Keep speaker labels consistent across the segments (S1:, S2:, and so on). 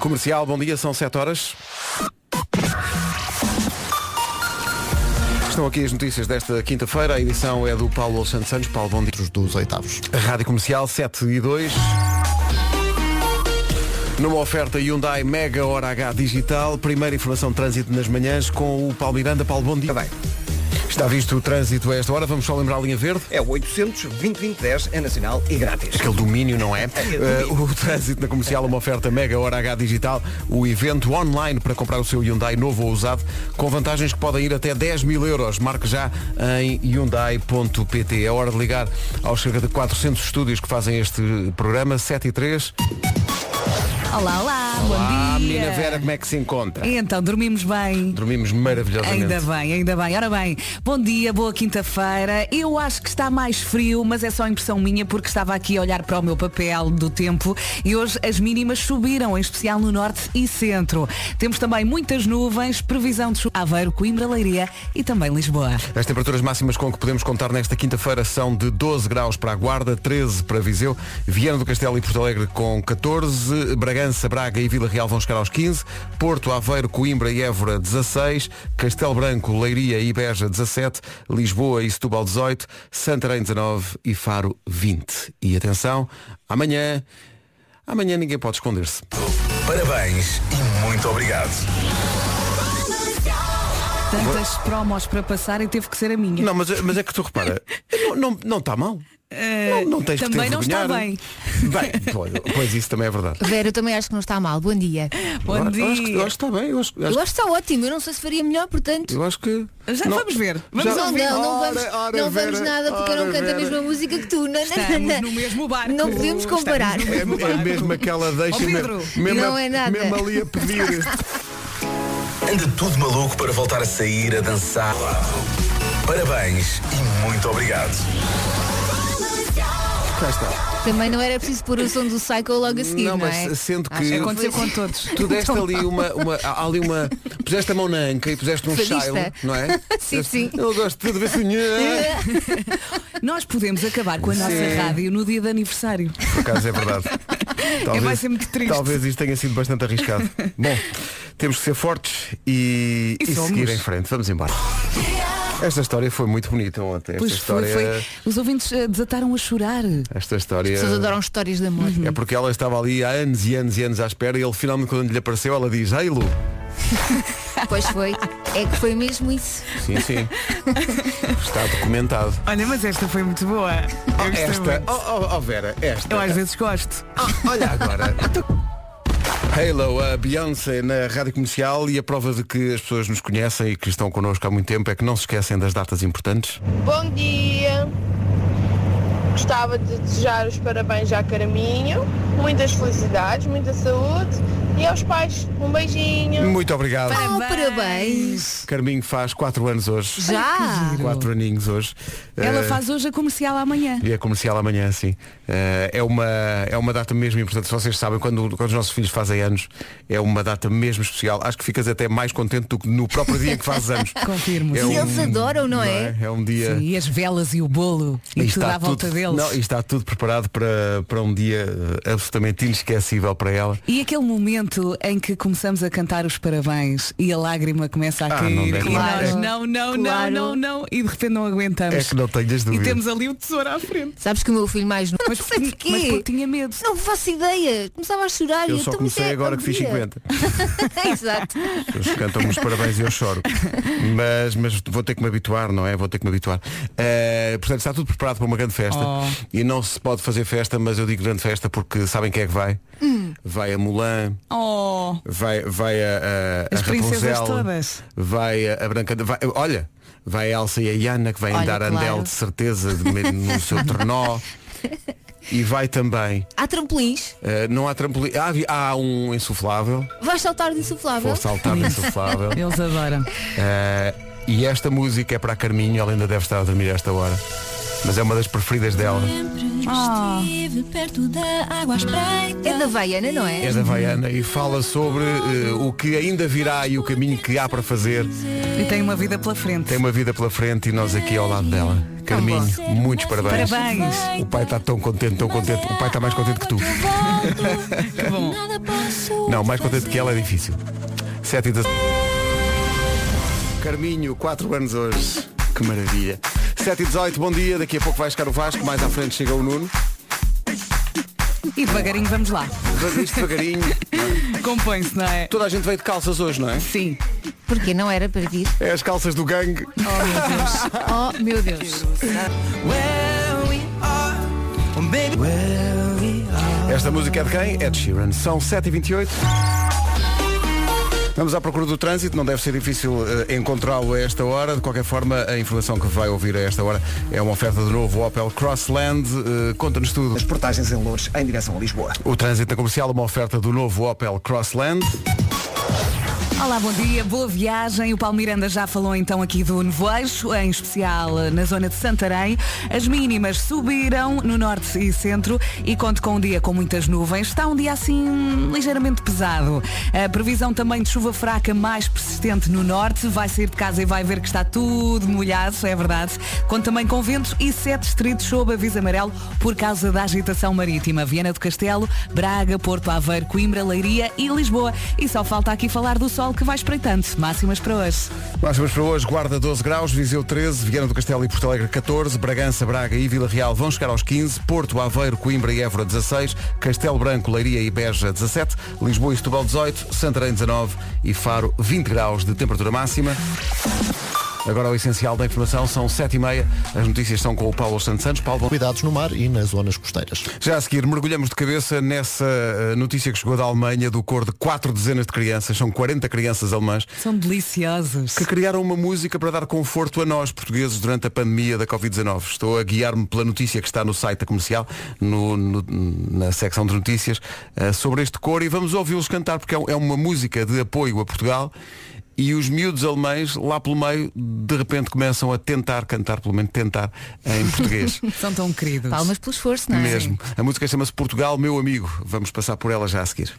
S1: Comercial, bom dia, são 7 horas. Estão aqui as notícias desta quinta-feira. A edição é do Paulo Santos Santos. Paulo, bom dia.
S2: dos oitavos.
S1: Rádio Comercial 7 e 2. Numa oferta Hyundai Mega Hora H Digital, primeira informação de trânsito nas manhãs com o Paulo Miranda. Paulo, bom
S3: Tá
S1: dia. Bem. Está visto o trânsito a esta hora, vamos só lembrar a linha verde.
S4: É o 800 é nacional e grátis.
S1: Aquele domínio, não é? Eh, o trânsito na comercial, uma oferta Mega Hora H Digital, o evento online para comprar o seu Hyundai novo ou usado, com vantagens que podem ir até 10 mil euros. Marque já em Hyundai.pt. É hora de ligar aos cerca de 400 estúdios que fazem este programa, 7 e 3.
S5: Olá, olá,
S1: Ah,
S5: bom dia.
S1: menina Vera, como é que se encontra?
S5: Então, dormimos bem.
S1: Dormimos maravilhosamente.
S5: Ainda bem, ainda bem. Ora bem, bom dia, boa quinta-feira. Eu acho que está mais frio, mas é só impressão minha porque estava aqui a olhar para o meu papel do tempo e hoje as mínimas subiram, em especial no norte e centro. Temos também muitas nuvens, previsão de chuva, Aveiro, Coimbra, Leiria e também Lisboa.
S1: As temperaturas máximas com que podemos contar nesta quinta-feira são de 12 graus para a Guarda, 13 para Viseu, Viana do Castelo e Porto Alegre com 14, Bragança, Braga e Vila Real vão chegar aos 15, Porto, Aveiro, Coimbra e Évora 16, Castelo Branco, Leiria e Beja 17, Lisboa e Setúbal 18, Santarém 19 e Faro 20. E atenção, amanhã, amanhã ninguém pode esconder-se.
S6: Parabéns e muito obrigado.
S5: Tantas promos para passar e teve que ser a minha.
S1: Não, mas, mas é que tu repara, não- não não está mal.
S5: Eh,
S1: não, não tens que
S5: também
S1: te
S5: não está
S1: envergonhar.
S5: bem.
S1: Bem, pois, pois isso também é verdade.
S7: Vera, eu também acho que não está mal. Bom dia.
S1: Eu
S5: Bom
S1: acho- Eu acho, que- eu
S5: dia.
S1: acho que está bem. Eu acho, eu acho-
S7: Eu acho que está ótimo. Eu não sei se faria melhor, portanto.
S1: eu acho que.
S5: Já
S1: não-
S5: vamos ver. Vamos
S1: já-
S5: ouvir.
S7: Não, não, não
S1: Ora,
S7: vamos,
S1: ora,
S7: não
S1: Vera,
S7: vamos nada porque eu não
S1: ora,
S7: canto a
S1: Vera.
S7: mesma música que tu. Não, não, não,
S5: Estamos
S7: não.
S5: no mesmo barco.
S7: Não podemos
S5: Estamos
S7: comparar.
S5: no
S1: É,
S5: mesmo
S1: é
S5: barco.
S1: mesmo aquela deixa
S5: Ó, Pedro, é
S1: mesmo, mesmo
S7: não
S1: a-
S7: é nada.
S1: mesmo ali a pedir.
S6: Anda tudo maluco para voltar a sair, a dançar. Parabéns e muito obrigado.
S1: Cá está.
S7: Também não era preciso pôr o som do Psycho logo a seguir, não,
S1: Não, mas
S7: é?
S1: sendo
S7: Acho
S1: que.
S7: que
S5: Aconteceu com todos. Então,
S1: Tu deste ali uma, uma, há ali uma. Puseste a mão na anca e puseste um
S7: Fadista.
S1: chile, não é?
S7: Sim,
S1: Puseste-
S7: sim.
S1: Eu gosto de ver se.
S5: Nós podemos acabar com a nossa
S1: Sim.
S5: rádio no dia de aniversário.
S1: Por acaso é verdade.
S5: É, vai ser muito triste.
S1: Talvez isto tenha sido bastante arriscado. Bom, temos que ser fortes e,
S5: E
S1: e
S5: somos.
S1: seguir em frente. Vamos embora. Esta história foi muito bonita ontem. Esta
S5: Pois
S1: história, é-
S5: foi, foi. Os ouvintes eh, desataram a chorar.
S1: Esta história
S7: As pessoas adoram histórias de amor.
S1: é porque ela estava ali há anos e anos e anos à espera e ele finalmente quando lhe apareceu ela diz, ei Lu.
S7: Pois foi. É que foi mesmo isso.
S1: Sim, sim. Está documentado.
S5: Olha, mas esta foi muito boa. Eu gostei
S1: Esta,
S5: muito.
S1: oh, oh, oh Vera, esta.
S5: Eu às vezes gosto.
S1: Ah, olha agora. Halo, a Beyoncé na rádio comercial e a prova de que as pessoas nos conhecem e que estão connosco há muito tempo é que não se esquecem das datas importantes.
S8: Bom dia. Gostava de desejar os parabéns à Caraminho, muitas felicidades, muita saúde e aos pais um beijinho.
S1: Muito obrigado.
S7: Oh, parabéns.
S1: Carminho faz 4 anos hoje.
S7: Já.
S1: quatro aninhos hoje.
S5: Ela
S1: Eh,
S5: faz hoje a comercial amanhã.
S1: E a comercial amanhã, sim. Eh, é, uma, é uma data mesmo importante. Se vocês sabem, quando, quando os nossos filhos fazem anos, é uma data mesmo especial. Acho que ficas até mais contente do que no próprio dia que fazes anos.
S5: Confirmo.
S1: É
S7: E eles adoram, não é?
S1: É um dia.
S5: Sim, e as velas e o bolo e, tudo à volta deles.
S1: não, e está tudo preparado para, para um dia eh, absolutamente inesquecível para ela.
S5: E aquele momento em que começamos a cantar os parabéns e a lágrima começa a
S1: Ah,
S5: cair
S1: não
S5: e
S1: deve-
S5: nós
S7: Claro.
S5: não, não,
S7: Claro.
S5: não, não, não e de repente não aguentamos.
S1: É que não tenhas
S5: e
S1: dúvida.
S5: temos ali o tesouro à frente.
S7: Sabes que o meu filho mais novo.
S5: Mas,
S7: Não sei porquê.
S5: mas porque tinha medo.
S7: Não faço ideia. Começava a chorar
S1: Eu
S7: e
S1: só
S7: então, mas
S1: comecei
S7: é
S1: agora que fiz
S7: dia.
S1: 50.
S7: Exato.
S1: Eles cantam-me os parabéns e eu choro. Mas, mas vou ter que me habituar, não é? Vou ter que me habituar. Eh, portanto, está tudo preparado para uma grande festa.
S5: Oh.
S1: E não se pode fazer festa, mas eu digo grande festa porque sabem quem é que vai?
S5: Hum.
S1: Vai a Mulan,
S5: Oh,
S1: vai, vai a, a, a
S5: As princesas
S1: Rapunzel,
S5: todas.
S1: vai a, a Branca de... vai- Olha, vai a Elsa e a Iana que vai
S7: Olha,
S1: andar
S7: claro.
S1: andel de certeza de- no seu trenó. E vai também,
S7: Há trampolins.
S1: eh, não há trampolim, há, vi- há um insuflável,
S7: Vais saltar de insuflável.
S1: vou saltar no insuflável.
S5: eles adoram.
S1: Eh, e esta música é para a Carminho, ela ainda deve estar a dormir a esta hora. Mas é uma das preferidas dela.
S5: Ah.
S2: Estive perto da água à espreita.
S7: É da Vaiana, não é?
S1: É da Vaiana e fala sobre eh, o que ainda virá e o caminho que há para fazer.
S5: E tem uma vida pela frente.
S1: Tem uma vida pela frente e nós aqui ao lado dela. Carminho, muitos parabéns.
S5: Parabéns.
S1: O pai está tão contente, tão contente. O pai está mais contente que tu.
S5: Que bom.
S1: Não, mais contente que ela é difícil. 7 e 12. Carminho, 4 anos hoje. Que maravilha. 7 e 18, bom dia. Daqui a pouco vai chegar o Vasco. Mais à frente chega o Nuno.
S5: E devagarinho vamos lá.
S1: Mas isto devagarinho.
S5: Compõe-se, não é?
S1: Toda a gente veio de calças hoje, não é?
S5: Sim.
S7: Porque não era para vir.
S1: É as calças do gangue.
S7: Oh, meu Deus.
S1: Esta música é de quem? Ed Sheeran. São 7h28. Vamos à procura do trânsito, não deve ser difícil eh, encontrá-lo a esta hora. De qualquer forma, a informação que vai ouvir a esta hora é uma oferta de novo Opel Crossland. Eh, Conta-nos tudo.
S4: As portagens em Lourdes em direção a Lisboa.
S1: O trânsito na comercial, uma oferta do novo Opel Crossland.
S5: Olá, bom dia, boa viagem. O Paulo Miranda já falou então aqui do nevoeiro, em especial eh, na zona de Santarém. As mínimas subiram no norte e centro e conto com um dia com muitas nuvens. Está um dia assim ligeiramente pesado. A previsão também de chuva fraca mais persistente no norte. Vai sair de casa e vai ver que está tudo molhado, é verdade. Conto também com ventos e sete distritos sob aviso amarelo por causa da agitação marítima. Viana do Castelo, Braga, Porto Aveiro, Coimbra, Leiria e Lisboa. E só falta aqui falar do sol que vai espreitando. Máximas para hoje.
S1: Máximas para hoje, Guarda 12 graus, Viseu 13, Viana do Castelo e Porto Alegre 14, Bragança, Braga e Vila Real vão chegar aos 15, Porto, Aveiro, Coimbra e Évora 16, Castelo Branco, Leiria e Beja 17, Lisboa e Setúbal 18, Santarém 19 e Faro 20 graus de temperatura máxima. Agora o essencial da informação são 7h30, as notícias estão com o Paulo Santos Santos. Paulo, bom-
S9: Cuidados no mar e nas zonas costeiras.
S1: já a seguir, mergulhamos de cabeça nessa eh, notícia que chegou da Alemanha do cor de quatro dezenas de crianças, são 40 crianças alemãs,
S5: São deliciosos.
S1: que criaram uma música para dar conforto a nós, portugueses, durante a pandemia da Covid-19. Estou a guiar-me pela notícia que está no site da comercial, no- no- na secção de notícias, eh, sobre este coro e vamos ouvi-los cantar, porque é, um- é uma música de apoio a Portugal e os miúdos alemães, lá pelo meio, de repente começam a tentar cantar, pelo menos tentar, em português.
S5: São tão queridos.
S7: Palmas pelo esforço, não é?
S1: Mesmo. A música chama-se Portugal, meu amigo. Vamos passar por ela já a seguir.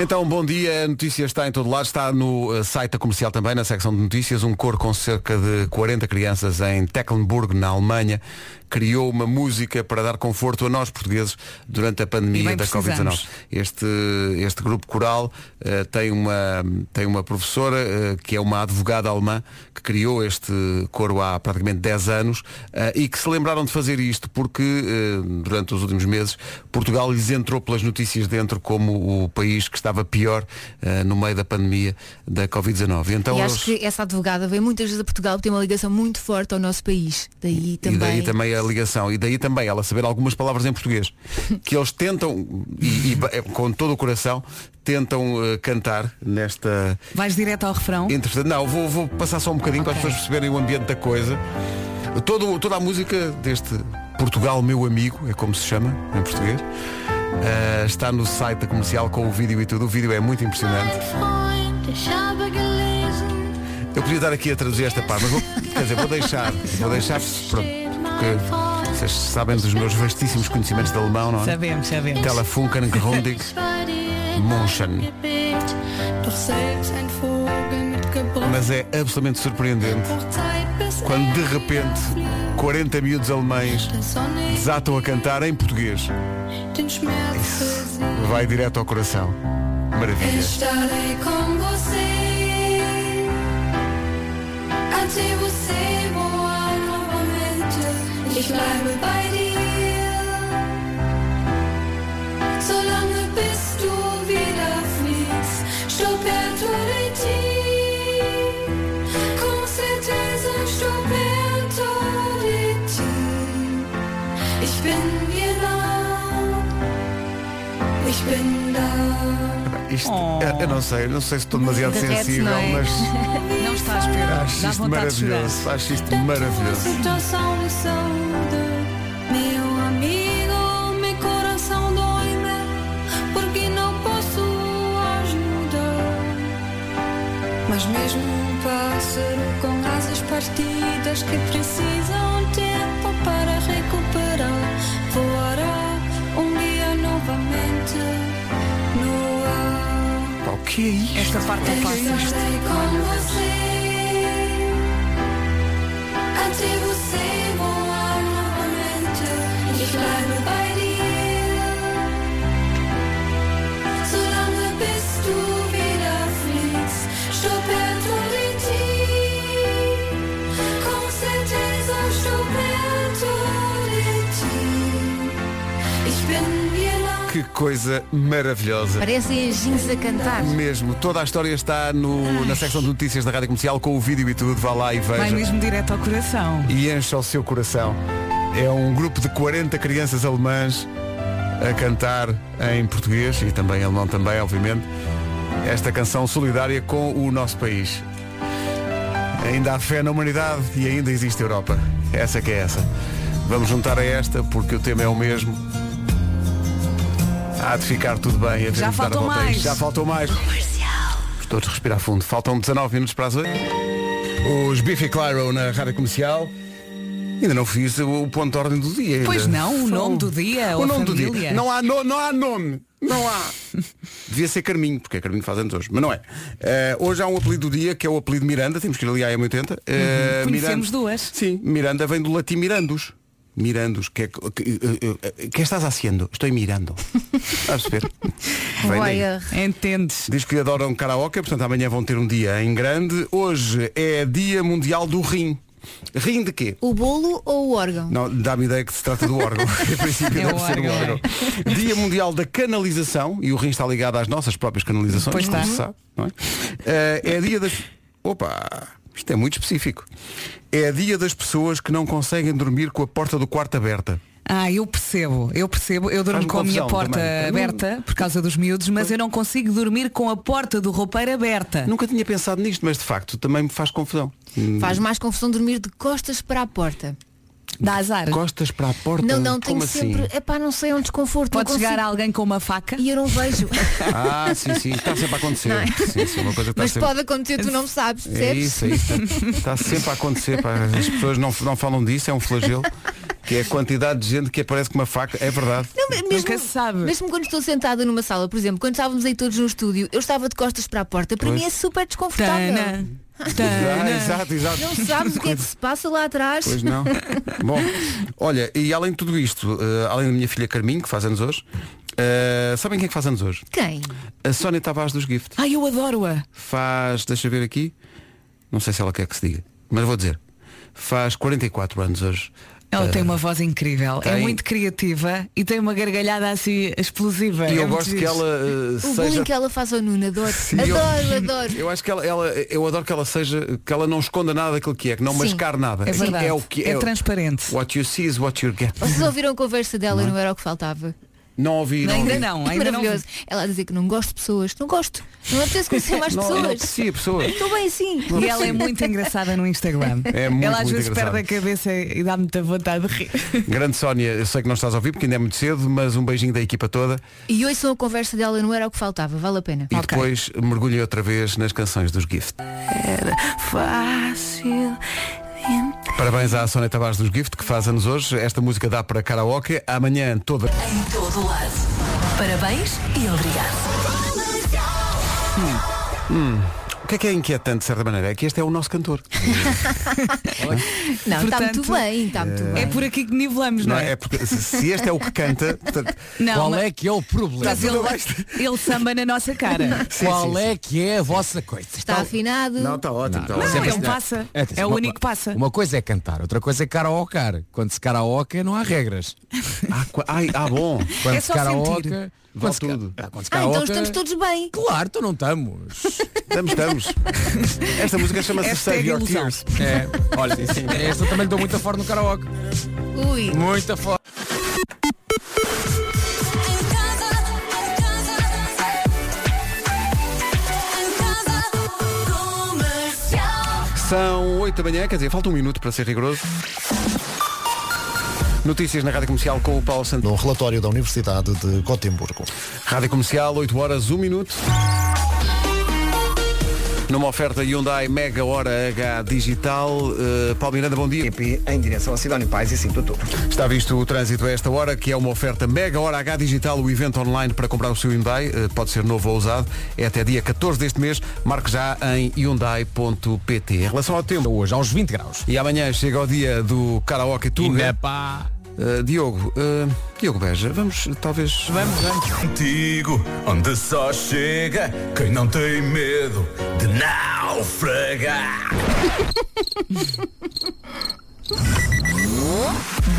S1: Então, bom dia. A notícia está em todo lado. Está no eh, site da comercial também, na secção de notícias. Um coro com cerca de 40 crianças em Tecklenburg, na Alemanha, criou uma música para dar conforto a nós portugueses durante a
S5: E
S1: pandemia
S5: bem
S1: da
S5: precisamos.
S1: Covid-19. Este, este grupo coral eh, tem, uma, tem uma professora eh, que é uma advogada alemã que criou este coro há praticamente 10 anos eh, e que se lembraram de fazer isto porque eh, durante os últimos meses Portugal lhes entrou pelas notícias dentro como o país que estava pior eh, no meio da pandemia da Covid-19. Então
S7: E
S1: eles-
S7: acho que essa advogada veio muitas vezes a Portugal porque tem uma ligação muito forte ao nosso país. Daí também.
S1: E daí também a ligação. E daí também ela saber algumas palavras em português. Que eles tentam, e, e ba- eh, com todo o coração, tentam eh, cantar nesta.
S5: Vais direto ao refrão?
S1: Entretanto, não, vou, vou passar só um bocadinho para as pessoas perceberem o ambiente da coisa. Todo, toda a música deste Portugal Meu Amigo, é como se chama em português, eh, está no site da comercial com o vídeo e tudo. O vídeo é muito impressionante. Eu podia estar aqui a traduzir esta parte, mas vou, quer dizer, vou deixar, vou deixar pronto, porque vocês sabem dos meus vastíssimos conhecimentos de alemão, não é?
S5: Sabemos, sabemos.
S1: Telefunken, Grundig, Monschen. Mas é absolutamente surpreendente quando de repente 40 miúdos alemães desatam a cantar em português. Vai direto ao coração. Maravilha.
S2: Estarei com você Até você voar novamente Ich bleibe bei dir Solange bis du wieder fliegst Stoppert du die Tür Com certeza stoppert du die Tür Ich bin dir da Ich bin da
S1: Isto,
S5: Oh.
S1: eu, eu não sei, não sei se estou demasiado
S7: Derrete-se,
S1: sensível,
S7: não é?
S1: mas
S5: Não está à espera.
S1: acho
S5: Dá
S1: isto
S5: vontade de chorar.
S1: maravilhoso. Acho isto maravilhoso.
S2: Situação de saúde, meu amigo, meu coração dói-me, porque não posso ajudar. Mas mesmo pássaro com asas partidas que precisam tempo para recuperar. Voará um dia novamente no ar.
S1: Pá, o que é isto? é
S5: Esta parte do passo.
S2: Estarei com você até você voar novamente. Ich bleibe bei dir, solange bis du wieder fliegst. Estou perto de ti, com certeza estou perto de ti. Ich bin dir nah.
S1: Que coisa maravilhosa.
S7: Parecem anjinhos a cantar.
S1: Mesmo, toda a história está no- na secção de notícias da Rádio Comercial com o vídeo e tudo, vá lá e veja.
S5: Vai mesmo direto ao coração.
S1: E encha o seu coração. É um grupo de 40 crianças alemãs a cantar em português e também alemão também, obviamente, esta canção solidária com o nosso país. Ainda há fé na humanidade e ainda existe Europa. Essa que é essa. Vamos juntar a esta porque o tema é o mesmo. Há de ficar tudo bem. havemos de dar a
S5: faltam
S1: volta a isto.
S5: mais.
S1: Já faltam mais. Todos respirar fundo. Faltam 19 minutos para as 8. Os Biffy Clyro na rádio comercial. Ainda não fiz o ponto de ordem do dia.
S5: Pois
S1: ainda.
S5: não, o nome do dia,
S1: O
S5: a
S1: nome do
S5: família.
S1: dia. Não há, no- não há nome. Não há. Devia ser Carminho, porque é Carminho faz anos hoje, mas não é. Eh, hoje há um apelido do dia, que é o apelido Miranda, temos que ir ali à M80. Eh,
S5: Uhum. Conhecemos duas.
S1: Sim, Miranda vem do latim Mirandos. Mirandos, que é. Que, que- eh, que estás haciendo? Estou mirando. Estás a ver?
S5: eh,
S7: Olha,
S5: Entendes?
S1: Diz que adoram karaoke, portanto amanhã vão ter um dia em grande. Hoje é Dia Mundial do Rim. Rim de quê?
S7: o bolo ou o órgão?
S1: Não, dá-me ideia que se trata do órgão. em princípio
S5: É o
S1: deve ser um
S5: órgão, é.
S1: órgão. Dia Mundial da Canalização, e o rim está ligado às nossas próprias canalizações,
S5: Pois
S1: como
S5: está.
S1: se sabe, não é? Eh, é dia das. Opa! Isto é muito específico. É dia das pessoas que não conseguem dormir com a porta do quarto aberta.
S5: Ah, eu percebo, eu percebo. Eu durmo
S1: Faz-me
S5: com a minha
S1: confusão
S5: porta
S1: também.
S5: aberta por causa dos miúdos, mas eu não consigo dormir com a porta do roupeiro aberta.
S1: Nunca tinha pensado nisto, mas de facto também me faz confusão. Hum,
S7: Faz mais confusão dormir de costas para a porta.
S5: Dá azar.
S1: Costas para a porta.
S7: Não, não,
S1: como
S7: tenho
S1: assim?
S7: sempre. É pá, não sei, é um desconforto.
S5: Pode
S7: não
S5: chegar
S7: consigo.
S5: alguém com uma faca.
S7: E eu não vejo.
S1: Ah, sim, sim, está sempre a acontecer.
S7: Não é?
S1: Sim, sim, uma coisa que está
S7: Mas
S1: sempre...
S7: pode acontecer, tu não sabes,
S1: É
S7: percebes?
S1: isso, é isso. Está sempre a acontecer. pá. As pessoas não, não falam disso, é um flagelo. Que é a quantidade de gente que aparece com uma faca. É verdade.
S7: Não, mas mesmo,
S5: Nunca se sabe.
S7: mesmo quando estou sentada numa sala, por exemplo, quando estávamos aí todos no estúdio, eu estava de costas para a porta, para
S1: Pois.
S7: mim é super desconfortável.
S5: Tana.
S1: Ah,
S5: Tana.
S1: exato, exato.
S7: Não sabes o que é que se passa lá atrás.
S1: Pois não. Bom, olha, e além de tudo isto, eh, além da minha filha Carminho, que faz anos hoje, eh, sabem quem é que faz anos hoje?
S7: Quem?
S1: A Sónia Tavares dos Gift.
S5: Ai, eu adoro-a.
S1: Faz, deixa eu ver aqui, não sei se ela quer que se diga, mas vou dizer, faz 44 anos hoje. Ah,
S5: Ela tem uma voz incrível, é
S1: tem.
S5: muito criativa e tem uma gargalhada assim explosiva.
S1: E
S5: É
S1: eu
S5: muito
S1: gosto que
S5: giro.
S1: ela eh,
S7: O
S1: seja
S7: bullying que ela faz ao Nuno, adoro.
S1: eu-
S7: adoro, adoro.
S1: Eu acho que ela, ela- eu adoro que ela seja, que ela não esconda nada daquilo que é, que não
S7: Sim.
S1: mascar nada.
S5: É
S1: Aquilo
S5: verdade.
S1: É o que
S5: É transparente.
S1: What you see is what you get.
S7: Vocês ouviram a conversa dela, não era o que faltava.
S1: Não ouvi, não
S5: Ainda
S1: ouvi.
S5: não, ainda não.
S7: Maravilhoso. Ela a dizer que não gosto de pessoas. Não gosto. Não apetece conhecer mais
S1: Não, não
S7: pessoas.
S1: aprecia pessoas.
S7: Estou bem assim.
S5: E ela é muito engraçada no Instagram.
S1: É muito,
S5: ela às
S1: muito
S5: vezes
S1: engraçada.
S5: perde a cabeça e dá muita vontade de rir.
S1: Grande Sónia, eu sei que não estás a ouvir porque ainda é muito cedo, mas um beijinho da equipa toda
S7: E ouçam a conversa dela, não era o que faltava. Vale a pena.
S1: e
S5: Ok.
S1: depois mergulhe outra vez nas canções dos Gift.
S2: Fácil.
S1: Parabéns à Sónia Tavares dos Gift que faz anos hoje. Esta música dá para karaoke. Amanhã toda.
S10: Em todo lado. Parabéns e obrigado.
S1: O que é que é inquietante de certa maneira? É que este é o nosso cantor.
S7: Não, está
S5: Portanto,
S7: muito bem, está muito bem.
S5: É por aqui que nivelamos, não,
S1: Não é? É porque se- se este é o que canta, portanto,
S5: Não,
S3: Qual
S5: mas-
S3: é que é o problema?
S5: Mas ele, ele samba na nossa cara.
S3: Qual é que é a vossa coisa? é
S7: Está afinado.
S1: não está ótimo. está
S5: Não,
S3: um
S1: ótimo.
S5: ele passa.
S3: Atenção,
S5: É o
S3: uma-
S5: único que passa.
S3: Uma coisa é cantar, outra coisa é karaocar. Quando se karaoke não há regras.
S1: Ah, qua- ai, ah, bom.
S3: Quando
S5: É
S3: se
S5: só
S3: karaoke.
S5: sentir.
S3: Quando se, ca-
S1: tudo.
S3: Ah, quando se
S7: Ah, então
S3: karaoke-
S7: estamos todos bem.
S3: Claro, então não estamos.
S1: Estamos, estamos. Esta música chama-se
S5: Hashtag
S1: Save Your
S5: ilusão.
S1: Tears.
S3: É, olha, esta também lhe dou muita fora no karaoke.
S7: Ui.
S3: Muita fora.
S1: São 8 da manhã, quer dizer, falta um minuto para ser rigoroso. Notícias na Rádio Comercial com o Paulo Santos.
S9: Num relatório da Universidade de Gotemburgo.
S1: um Rádio Comercial, 8 horas, 1 minuto. Numa oferta Hyundai Mega Hora H Digital, uh, Paulo Miranda, bom dia.
S4: EP em direção a Sidónio Pais e 5 de outubro.
S1: Está visto o trânsito a esta hora, que é uma oferta Mega Hora H Digital, o evento online para comprar o seu Hyundai, eh, pode ser novo ou usado, é até dia 14 deste mês, marque já em hyundai.pt. Em relação ao tempo,
S3: Hoje, aos 20 graus.
S1: e amanhã chega o dia do Karaoke Tour.
S3: E pá.
S1: Diogo, eh, Diogo Beja, vamos talvez... Vamos, vamos.
S6: Contigo, onde só chega quem não tem medo de naufragar.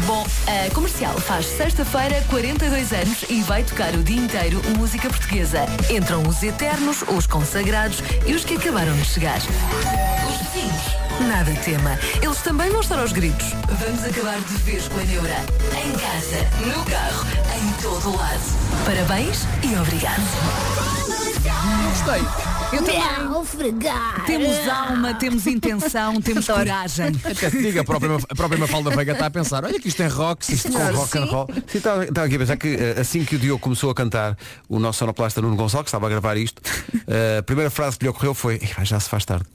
S10: Bom, a comercial faz sexta-feira 42 anos e vai tocar o dia inteiro música portuguesa. Entram os eternos, os consagrados e os que acabaram de chegar. Os vizinhos. Nada tema. Eles também vão estar aos gritos. Vamos acabar de vez com a neura. Em casa, no carro, em todo o lado. Parabéns e obrigado.
S5: Eu também.
S2: Naufragar.
S5: Temos alma, temos intenção, temos coragem.
S3: Até te diga, a própria, a própria Mafalda Veiga está a pensar, olha que isto tem rock, sim,
S1: Com
S3: senhor.
S1: rock and roll. Sim, estava, estava aqui a pensar que eh, assim que o Diogo começou a cantar, o nosso sonoplasta Nuno Gonçalves, que estava a gravar isto, eh, a primeira frase que lhe ocorreu foi "Ih, mas já se faz tarde.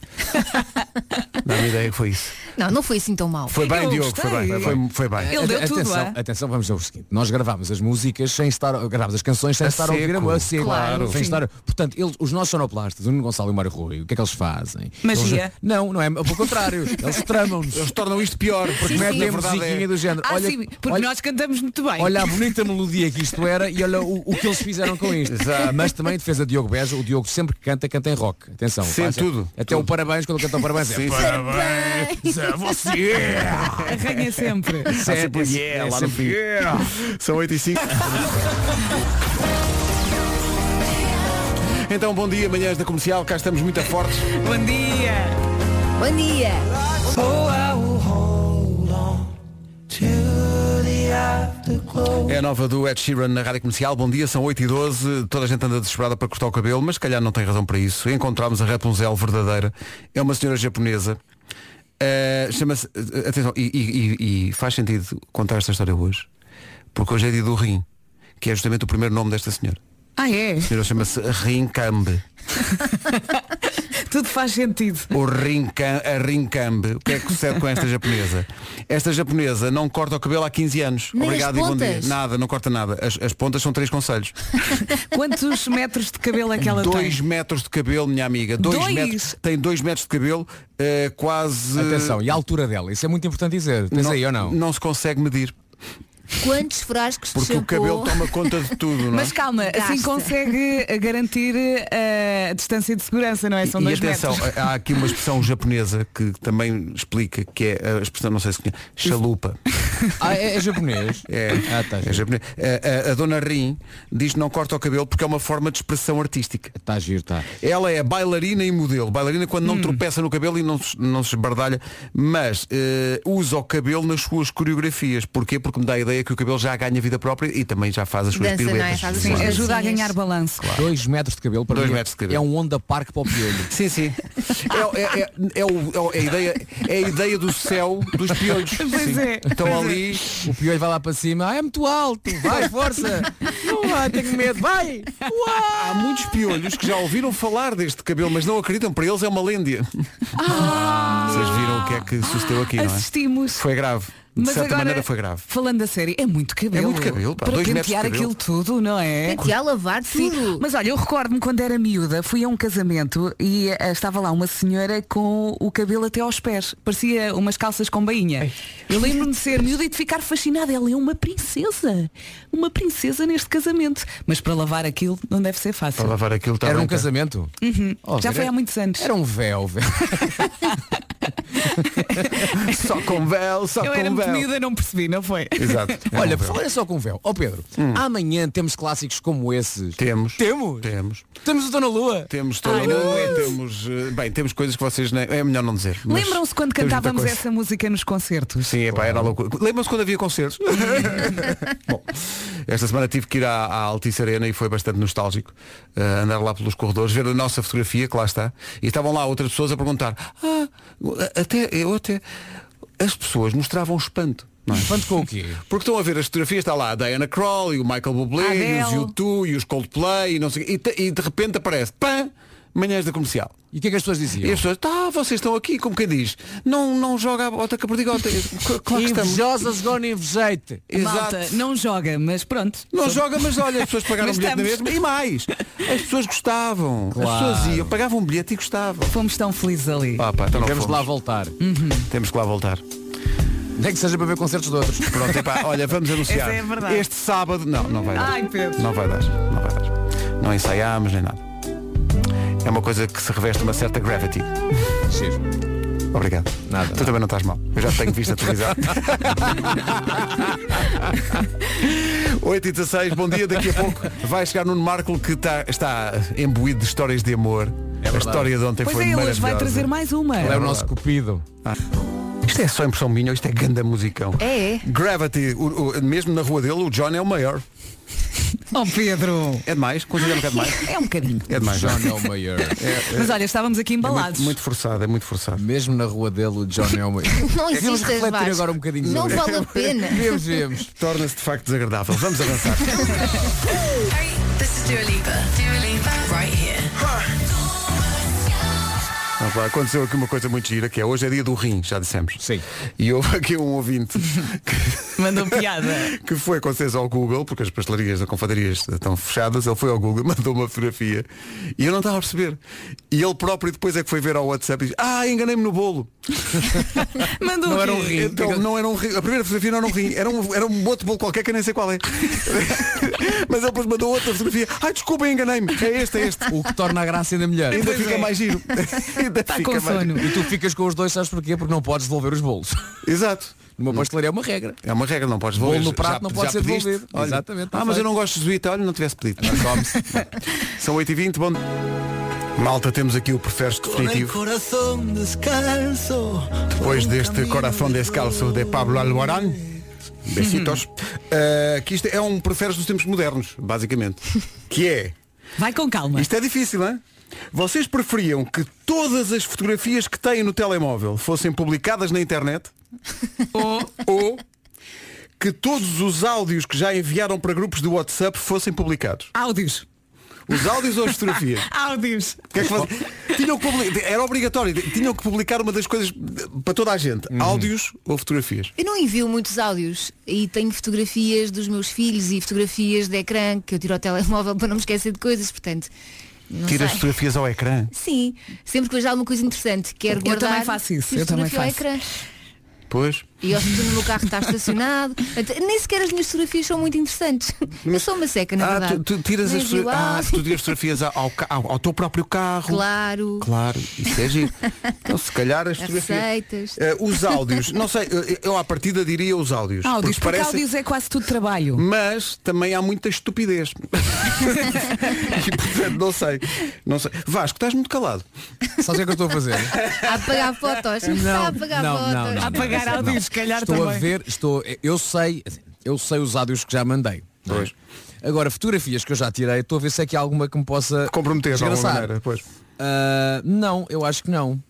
S1: Dá-me ideia que foi isso.
S7: Não, não foi assim tão mal.
S1: Foi bem,
S5: Eu
S1: Diogo, foi
S5: gostei.
S1: bem. Foi, foi bem.
S5: Ele deu tudo,
S3: atenção,
S5: é?
S3: atenção, vamos ver o seguinte. Nós gravámos as músicas sem estar, gravámos as canções sem
S1: A
S3: estar a ouvir a
S1: seco.
S3: a seco.
S7: Claro,
S3: sem
S7: sim.
S3: estar. Portanto, eles, os nossos sonoplastas, o Nuno Gonçalo e o Mário Rui, o que é que eles fazem?
S5: Magia.
S3: Eles- não, não é, pelo contrário, eles tramam-nos.
S1: Eles tornam isto pior, porque
S3: Porque
S1: metem
S3: metem
S1: a
S3: a
S1: verdade
S3: musiquinha
S1: é...
S3: do género.
S5: Ah,
S3: olha,
S5: sim, porque
S3: olha,
S5: nós cantamos muito bem.
S3: Olha a bonita melodia que isto era e olha o, o que eles fizeram com isto.
S1: Exato.
S3: Mas também em defesa de Diogo Beja, o Diogo sempre que canta, canta em rock. Atenção.
S1: Sim,
S3: faz-
S1: tudo,
S3: Até o parabéns, quando canta o parabéns, é
S1: Sim,
S3: parabéns a você.
S5: Arranha sempre.
S3: Sim, é,
S1: sempre um
S3: é,
S1: yeah
S3: é
S1: lá no
S3: sempre
S1: fim.
S3: yeah.
S1: São 8 e 5. Então, bom dia, manhãs da comercial, cá estamos muito a fortes.
S5: Bom dia.
S7: Bom dia!
S1: É a nova do Ed Sheeran na Rádio Comercial. Bom dia, são 8 e 12 Toda a gente anda desesperada para cortar o cabelo, mas se calhar não tem razão para isso. Encontramos a Rapunzel verdadeira. É uma senhora japonesa. Eh, Chama-se. eh, Atenção, e, e- e- e faz sentido contar esta história hoje, porque hoje é dia do Rim, que é justamente o primeiro nome desta senhora.
S5: Ah, é?
S1: A senhora chama-se Rincambe.
S5: Tudo faz sentido.
S1: O Rincam, a Rincambe. O que é que sucede com esta japonesa? Esta japonesa não corta o cabelo há 15 anos.
S7: Nem as
S1: Obrigado e bom dia.
S7: pontas?
S1: Nada, não corta nada. As, as pontas são três conselhos.
S5: Quantos metros de cabelo é que ela
S1: dois
S5: tem?
S1: metros de cabelo, minha amiga. Dois,
S5: Dois?
S1: metros. Tem dois metros de cabelo, eh, quase.
S3: Atenção, e a altura dela, isso é muito importante dizer. Tens aí ou não?
S1: Não se consegue medir.
S7: Quantos frascos
S1: Porque
S7: de
S1: o cabelo
S7: shampoo?
S1: toma conta de tudo, não é?
S5: Mas calma, assim
S7: Gasta.
S5: consegue eh, garantir eh, a distância de segurança, não é? São
S1: e
S5: dois
S1: atenção,
S5: metros.
S1: há aqui uma expressão japonesa que também explica, que é a expressão, não sei se conhece, chalupa.
S3: Ah, é, é japonês.
S1: É,
S3: Ah, tá
S1: é
S3: giro.
S1: japonês. A, a- a dona Rin diz que não corta o cabelo porque é uma forma de expressão artística.
S3: Tá giro, tá.
S1: Ela é bailarina e modelo. Bailarina quando
S5: Hum.
S1: não tropeça no cabelo e não se, não se esbardalha, mas eh, usa o cabelo nas suas coreografias. Porquê? Porque me dá a ideia que o cabelo já ganha vida própria e também já faz as suas
S7: Dança, não é?
S1: piruetas.
S7: Faz as
S5: Sim,
S7: suas
S1: Claro.
S5: ajuda a
S7: Sim, é.
S5: ganhar
S7: esse-
S5: balanço.
S3: Dois metros de cabelo para
S1: Dois
S3: mim
S1: metros de cabelo.
S3: É um onda parque para o piolho.
S1: Sim, sim. É, é- é- é o- é o- é a ideia, é a ideia do céu dos piolhos.
S5: Pois
S1: Sim.
S5: é,
S1: Estão
S5: pois é.
S1: ali.
S3: O piolho vai lá para cima, ah, é muito alto, vai, força. Não vai, tenho medo, vai.
S5: é.
S1: Há muitos piolhos que já ouviram falar deste cabelo, mas não acreditam. Para eles é uma lêndia.
S5: Ah!
S1: Vocês viram o que é que sucedeu aqui, não é?
S5: Assistimos.
S1: Foi grave. De certa
S5: é-
S1: maneira foi grave.
S5: Falando a sério, é muito cabelo.
S1: É muito cabelo, pá,
S5: Para
S1: dois metros de
S5: pentear
S1: cabelo.
S5: aquilo tudo, não é?
S7: Pentear, lavar, tudo.
S5: Mas olha, eu recordo-me quando era miúda, fui a um casamento e eh, estava lá uma senhora com o cabelo até aos pés. Parecia umas calças com bainha. Eu lembro-me de ser miúda e de ficar fascinada. Ela é uma princesa. Uma princesa neste casamento. Mas para lavar aquilo não deve ser fácil.
S1: Para lavar aquilo
S3: Era
S1: também,
S3: um
S1: tá?
S3: casamento? Oh,
S5: Já
S3: era-
S5: foi há muitos anos.
S3: Era um véu, véu.
S1: Só com véu, só
S5: Eu
S1: com
S5: era muito
S1: véu.
S5: miúda, não percebi, não foi?
S1: Exato.
S3: Olha, olha só com um véu. Ó Pedro,
S1: Hum.
S3: amanhã temos clássicos como esses.
S1: Temos.
S3: Temos?
S1: Temos.
S3: Temos o Dona Lua.
S1: Temos toda
S5: Ai,
S1: uma-
S5: não aguento.
S1: temos, eh, bem, temos coisas que vocês nem, é melhor não dizer. mas
S5: Lembram-se quando
S1: temos muita
S5: cantávamos
S1: coisa.
S5: essa música nos concertos?
S1: Sim, epá, era loucura. Lembram-se quando havia concertos? Bom, esta semana tive que ir à, à Altice Arena e foi bastante nostálgico eh, andar lá pelos corredores, ver a nossa fotografia, que lá está, e estavam lá outras pessoas a perguntar, ah, até, eu até, as pessoas mostravam espanto. Não é?
S3: Espanto com o quê?
S1: Porque estão a ver as fotografias, está lá a Diana Crawl e o Michael Bublé
S5: Adele.
S1: e os U2 e os Coldplay e não sei o quê. e, te- e de repente aparece pã, Manhãs da comercial.
S3: E o que é que as pessoas diziam?
S1: E as pessoas, tá, vocês estão aqui, como quem diz, não, não joga a bota que a perdigota. Eu, "C- Claro que estamos.
S3: Invejosas gona invejeite.
S1: Exato.
S5: Malta, não joga, mas pronto.
S1: Não joga, mas olha, as pessoas pagaram um
S5: Mas
S1: bilhete na
S5: estamos.
S1: mesma. E mais, as pessoas gostavam.
S3: Claro.
S1: As pessoas iam, pagavam um bilhete e gostavam.
S5: Fomos tão felizes ali.
S1: Ah, pá, então não
S3: Vamos
S1: fomos.
S3: lá voltar.
S1: Temos que lá voltar.
S3: Hum? Nem que seja para ver concertos de outros.
S1: Pronto, epá, olha, vamos anunciar.
S5: Essa é a verdade.
S1: este sábado. Não, não vai dar.
S5: Ai, Pedro.
S1: Não vai dar. Não vai dar. Não ensaiámos nem nada. É uma coisa que se reveste uma certa gravity.
S3: Giro.
S1: Obrigado.
S3: Nada,
S1: Tu
S3: nada.
S1: também não estás mal. Eu já te tenho visto a televisão. 8 e 16, bom dia. Daqui a pouco vai chegar Nuno Marco que tá- está embuído de histórias de
S3: É
S1: amor. a história de ontem
S5: Pois
S1: foi
S5: é, ele
S1: maravilhosa.
S5: hoje vai trazer mais uma.
S3: Ele é o nosso cupido.
S1: Isto é só impressão minha, ou isto é ganda musicão.
S7: É, é.
S1: Gravity, o- o- mesmo na rua dele, o John é o maior.
S5: Oh Pedro!
S1: É demais, continua um bocado mais.
S5: É um bocadinho.
S1: É demais, não é?
S3: John é o maior.
S5: Mas olha, estávamos aqui
S1: É
S5: embalados.
S1: muito, muito forçado, é muito forçado.
S3: Mesmo na rua dele, o John é o maior.
S7: Não
S3: É que vamos
S7: existe
S3: refletir agora um bocadinho
S7: Não
S3: sobre
S7: vale a pena.
S3: Vemos, vemos.
S1: Torna-se de facto desagradável. Vamos avançar. Vamos lá, aconteceu aqui uma coisa muito gira, que é hoje é dia do rim, já dissemos.
S3: Sim.
S1: E houve aqui um ouvinte que,
S5: Mandou piada.
S1: que foi com certeza ao Google, porque as pastelarias e confeitarias estão fechadas, ele foi ao Google, mandou uma fotografia e eu não estava a perceber. E ele próprio depois é que foi ver ao WhatsApp e diz, ah, enganei-me no bolo.
S5: Mandou
S3: Não
S5: o
S3: era
S5: quê?
S3: um rim.
S1: Então, não era um rim. A primeira fotografia não era um rim. Era um, era um outro bolo qualquer que eu nem sei qual é. Mas ele depois mandou outra fotografia. Ai, desculpa, enganei-me. É este, é este.
S3: O que torna a graça ainda melhor.
S1: Ainda fica mais giro. é. Tá Ainda
S5: Está
S1: fica
S5: com
S1: mais-
S5: sono.
S3: E tu ficas com os dois, sabes porquê? Porque não podes devolver os bolos.
S1: Exato.
S3: Numa pastelaria é uma regra.
S1: É uma regra, não podes devolver.
S3: Bolo no prato
S1: Já-
S3: não pode
S1: já
S3: ser
S1: pediste?
S3: devolvido.
S1: Olha.
S3: Exatamente,
S1: Ah,
S3: tá
S1: mas eu
S3: feito.
S1: não gosto de jesuíta. Olha, não tivesse pedido.
S3: Come-se.
S1: São 8h20. Bom... Malta, temos aqui o preferes definitivo. Depois deste Coração Descalço de Pablo Alborán.
S3: Uhum.
S1: Besitos. Uh, que isto é um preferes dos tempos modernos, basicamente. Que é...
S5: Vai com calma.
S1: Isto é difícil, hein? Vocês preferiam que todas as fotografias que têm no telemóvel fossem publicadas na internet? ou, ou que todos os áudios que já enviaram para grupos de WhatsApp fossem publicados?
S5: Áudios.
S1: Os áudios ou as fotografias?
S5: Áudios.
S1: O que é que vocês- Tinham que publi- Era obrigatório, tinham que publicar uma das coisas para toda a gente.
S7: Uhum.
S1: Áudios ou fotografias?
S7: Eu não envio muitos áudios e tenho fotografias dos meus filhos e fotografias de ecrã que eu tiro ao telemóvel para não me esquecer de coisas, portanto. Não
S1: Tiras
S7: sei.
S1: fotografias ao ecrã?
S7: Sim, sempre que vejo alguma coisa interessante, quero
S5: Eu
S7: guardar.
S5: também faço isso,
S7: e
S5: eu também
S7: fotografio ao
S5: faço.
S7: ecrã.
S1: Pois.
S7: E ao no meu carro está estacionado. Até- Nem sequer as minhas fotografias são muito interessantes. Eu sou uma seca, na
S1: Ah,
S7: verdade.
S1: tu, tu tiras
S7: Não
S1: as
S7: envio
S1: fotogra- ah,
S7: áudio.
S1: tu tiras fotografias ao, ca- ao, ao teu próprio carro.
S7: Claro.
S1: Claro, isso é giro. Então, se calhar as fotografias.
S7: Receitas.
S1: Eh, os áudios, não sei, eh, eu à partida diria os áudios.
S5: Áudios,
S1: porque
S5: porque
S1: parece-
S5: áudios é quase tudo trabalho.
S1: Mas também há muita estupidez. e portanto, não sei. Não sei. Vasco, estás muito calado.
S3: Sabes o que é que eu estou a fazer?
S7: A apagar fotos. Está a apagar fotos.
S5: Apagar
S3: Não.
S5: áudios, se calhar
S3: estou
S5: também.
S3: a ver, estou, eu sei, eu sei os áudios que já mandei. não é? Agora, fotografias que eu já tirei, estou a ver se é que há alguma que me possa
S1: Comprometer de alguma
S3: desgraçar.
S1: maneira. Pois.
S3: Ah, não, eu acho que não.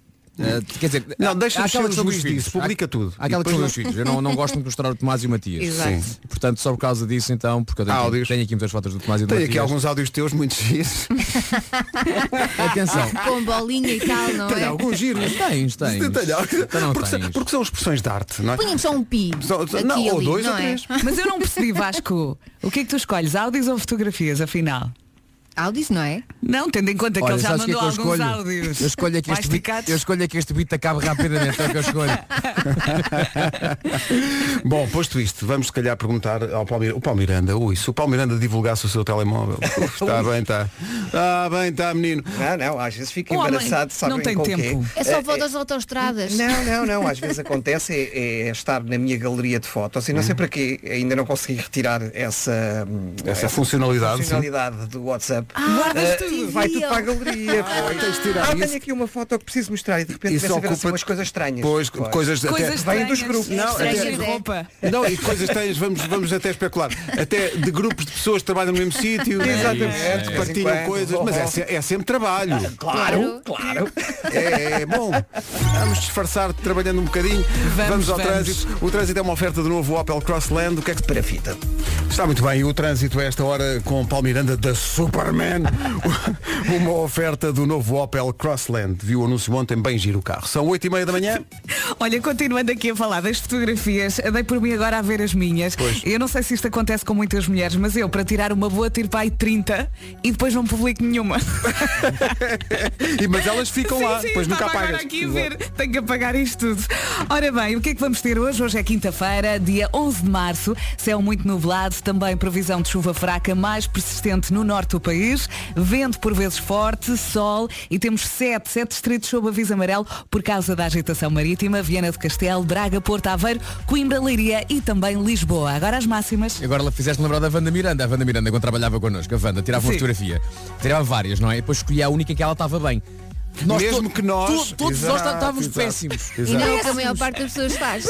S3: Ah, quer dizer,
S1: Não,
S3: há-
S1: deixa
S3: há
S1: mexer os
S3: aquela questão dos
S1: meus
S3: filhos.
S1: vídeos, publica
S3: Há-
S1: tudo.
S3: há aquela
S1: E depois
S3: questão
S1: não-
S3: dos filhos. Eu não, não gosto muito de mostrar o Tomás e o Matias.
S7: Exato. Sim.
S3: E, portanto, só por causa disso então, porque eu tenho,
S1: Áudios.
S3: tenho aqui muitas fotos do Tomás e do
S1: Ah, Tem
S3: Matias.
S1: aqui alguns áudios teus muito giros.
S3: Atenção.
S7: Com bolinha e tal, não
S1: Tem
S7: é?
S1: alguns giros.
S3: Tens, tens.
S1: Tem alguns.
S3: Então não
S1: Porque, são-
S3: tens.
S1: porque são expressões de arte, não é?
S7: Punha-me só um pi.
S1: Só- só-
S7: aqui,
S1: não, ou
S7: ali,
S1: dois
S7: não
S1: ou
S7: é?
S1: três.
S5: Mas eu não percebi, Vasco. O que é que tu escolhes? Áudios ou fotografias, afinal?
S7: Áudios, não é?
S5: Não, tendo em conta que
S3: Olha,
S5: ele já
S3: sabes o que é
S5: mandou
S3: que eu
S5: alguns
S3: escolho?
S5: áudios.
S3: Eu escolho, é que este beat,
S5: masticados.
S3: eu escolho é que este beat acabe rapidamente, é o que eu escolho.
S1: Bom, posto isto, vamos se calhar perguntar ao Paulo Miranda. O Paulo Miranda, ui, se o Paulo Miranda divulgasse o seu telemóvel. está bem, está. Está bem, está, menino.
S4: Não, não, Né, às vezes fica
S5: Oh, mãe,
S4: embaraçado, sabem
S5: não tem
S4: com o
S5: tempo.
S4: quê?
S7: É só fotos de autostradas.
S4: Não, não, não, às vezes acontece é, é estar na minha galeria de fotos e não
S1: Hum.
S4: sei para quê, ainda não consegui retirar essa, hum,
S1: Essa funcionalidade, sim.
S4: funcionalidade do WhatsApp.
S5: Guardas
S4: Eh,
S5: tudo.
S4: vai tudo para a galeria. pois.
S1: tens de tirar
S4: ah,
S1: isso.
S4: tenho aqui uma foto que preciso mostrar e de repente
S1: Isso
S4: começa a ver assim,
S1: ocupa-
S4: umas coisas estranhas.
S1: Pois,
S4: Pois.
S1: coisas
S5: Coisas
S4: Vem dos
S5: estranhas.
S4: grupos.
S1: Não,
S5: Estranhas
S7: até-
S5: de roupa.
S1: até, Não, e coisas tens, vamos, vamos até especular. Até de grupos de pessoas que trabalham no mesmo sítio.
S4: Exatamente. De
S1: que
S4: vez em
S1: Partilham
S4: quando.
S1: coisas, mas é, se- é sempre trabalho.
S4: Claro, claro.
S1: É, bom, vamos disfarçar trabalhando um bocadinho. Vamos,
S5: Vamos,
S1: ao
S5: vamos.
S1: trânsito. O trânsito é uma oferta do novo Opel Crossland. O que é que
S4: Para a fita.
S1: Está muito bem, o trânsito a esta hora com o Paulo Miranda da Superman. man. Uma oferta do novo Opel Crossland. Viu o anúncio ontem, bem giro o carro. São 8h30 da manhã.
S5: Olha, continuando aqui a falar das fotografias, dei por mim agora a ver as minhas. Eu não sei se isto acontece com muitas mulheres, mas eu, para tirar uma boa, tiro para aí 30 e depois não publico nenhuma.
S1: E, mas elas ficam
S5: Sim,
S1: lá,
S5: sim,
S1: depois nunca
S5: estava
S1: apagas.
S5: agora aqui a ver. Tenho que apagar isto tudo. Ora bem, o que é que vamos ter hoje? Hoje é quinta-feira, dia 11 de março. Céu muito nublado, também previsão de chuva fraca mais persistente no norte do país. Vento por vezes forte, sol e temos sete, sete distritos sob aviso amarelo por causa da agitação marítima. Viana do Castelo, Braga, Porto Aveiro, Coimbra, Leiria e também Lisboa. Agora as máximas.
S3: Agora ela fizeste lembrar da Wanda Miranda. A Wanda Miranda, quando trabalhava connosco, a Wanda tirava uma
S5: Sim.
S3: fotografia. Tirava várias, não é? E depois escolhia a única que ela estava bem.
S1: Mesmo
S3: to-
S1: que nós-
S3: to- Todos nós
S1: Exato,
S3: estávamos
S1: exato,
S3: péssimos.
S1: exato.
S7: E não é o que a maior parte das pessoas faz.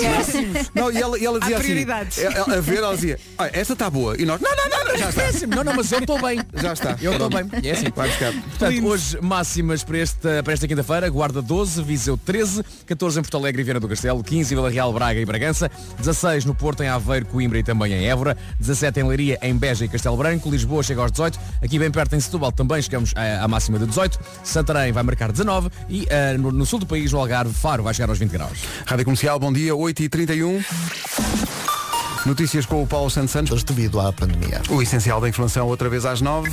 S1: Não, e ela, e ela
S5: Há
S1: dizia
S5: prioridades.
S1: assim. ela- A ver, ela dizia, "Ah, esta está boa. E nós, não, não, não, não, já está.
S3: Péssimo. Não, não, mas eu estou bem.
S1: Já está.
S3: Eu estou bem.
S1: Pronto.
S3: É assim.
S1: Vai buscar.
S3: Portanto, hoje máximas para esta, para esta quinta-feira, Guarda 12, Viseu 13, 14 em Porto Alegre e Viana do Castelo, 15 em Vila Real, Braga e Bragança, 16 no Porto, em Aveiro, Coimbra e também em Évora, 17 em Leiria, em Beja e Castelo Branco, Lisboa chega aos 18, aqui bem perto em Setúbal também chegamos eh, à, à máxima de 18, Santarém vai marcar 19 e ah, no, no sul do país, no Algarve, Faro vai chegar aos 20 graus.
S1: Rádio Comercial, bom dia, 8h31. Notícias com o Paulo Santos Santos.
S9: Mas devido à pandemia.
S1: O essencial da informação outra vez às nove.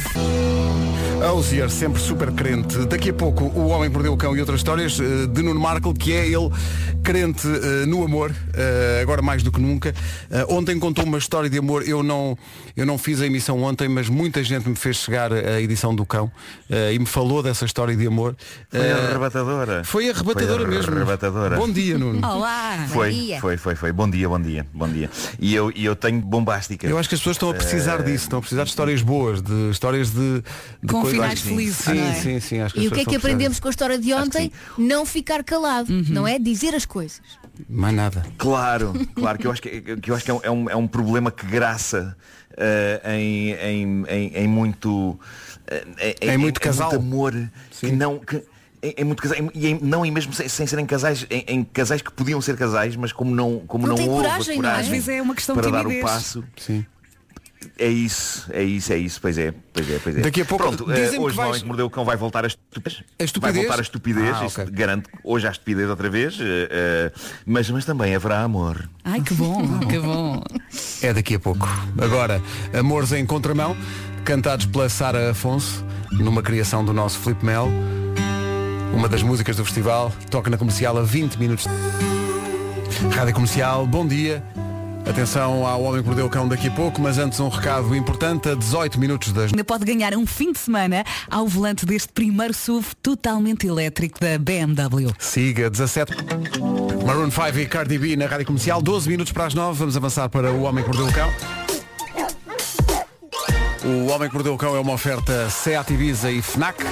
S1: Osier, sempre super crente. Daqui a pouco, O Homem que Mordeu o Cão e outras histórias eh, de Nuno Markle, que é ele crente eh, no amor, eh, agora mais do que nunca. Eh, Ontem contou uma história de amor. Eu não, eu não fiz a emissão ontem, mas muita gente me fez chegar a edição do Cão eh, e me falou dessa história de amor.
S11: Foi
S1: Eh,
S11: arrebatadora.
S1: Foi arrebatadora
S11: Foi
S1: mesmo.
S11: Arrebatadora.
S1: Bom dia, Nuno.
S5: Olá!
S11: Foi,
S7: Maria.
S11: foi, foi, foi. Bom dia, bom dia, bom dia. E eu, e eu tenho bombástica.
S1: Eu acho que as pessoas estão a precisar disso, estão a precisar de histórias boas, de histórias de, de
S5: Com
S1: coisas-
S5: finais felizes,
S1: Sim,
S5: não é?
S1: sim, sim. Acho que
S7: E
S1: as
S7: o que é que
S1: pessoas estão a precisar
S7: aprendemos com a história de ontem? Não ficar calado, não é? Dizer as coisas.
S1: disso. Mais nada.
S11: Claro, claro, que eu acho que, que eu acho que é, um- é um, é um problema que graça eh, em, em, em, em muito. eh,
S1: Em muito casal.
S11: amor. Que não, que, em, em muito casal. em- E em- não, e mesmo sem, sem serem casais, em, em casais que podiam ser casais, mas como não, como
S7: Não
S11: não,
S7: tem
S11: houve a
S7: coragem, não é?
S11: coragem
S5: Às vezes é uma questão de
S11: para dar o
S5: timidez.
S11: passo.
S1: Sim.
S11: É isso, é isso, é isso, pois é, pois é, pois é.
S1: Daqui a pouco
S11: Pronto, eh,
S1: dizem-me
S11: hoje
S1: que
S11: o
S1: vais-
S11: homem que mordeu o cão vai voltar à estupidez.
S1: A estupidez?
S11: Vai voltar à estupidez,
S1: Ah,
S11: isso
S1: ok.
S11: garanto hoje à estupidez outra vez, eh, eh, mas, mas também haverá amor.
S5: Ai, que bom, que bom.
S1: É daqui a pouco. Agora, Amores em Contramão, cantados pela Sara Afonso, numa criação do nosso Filipe Mel. Uma das músicas do festival, toca na comercial a 20 minutos. Rádio Comercial, bom dia. Atenção ao Homem que Mordeu o Cão daqui a pouco, mas antes um recado importante, a 18 minutos das
S5: Ainda pode ganhar um fim de semana ao volante deste primeiro SUV totalmente elétrico da BMW.
S1: Siga 17. Maroon 5 e Cardi B na Rádio Comercial, 12 minutos para as 9, vamos avançar para O Homem que Mordeu o Cão. O Homem que Mordeu o Cão é uma oferta Seat Ibiza e Fnac.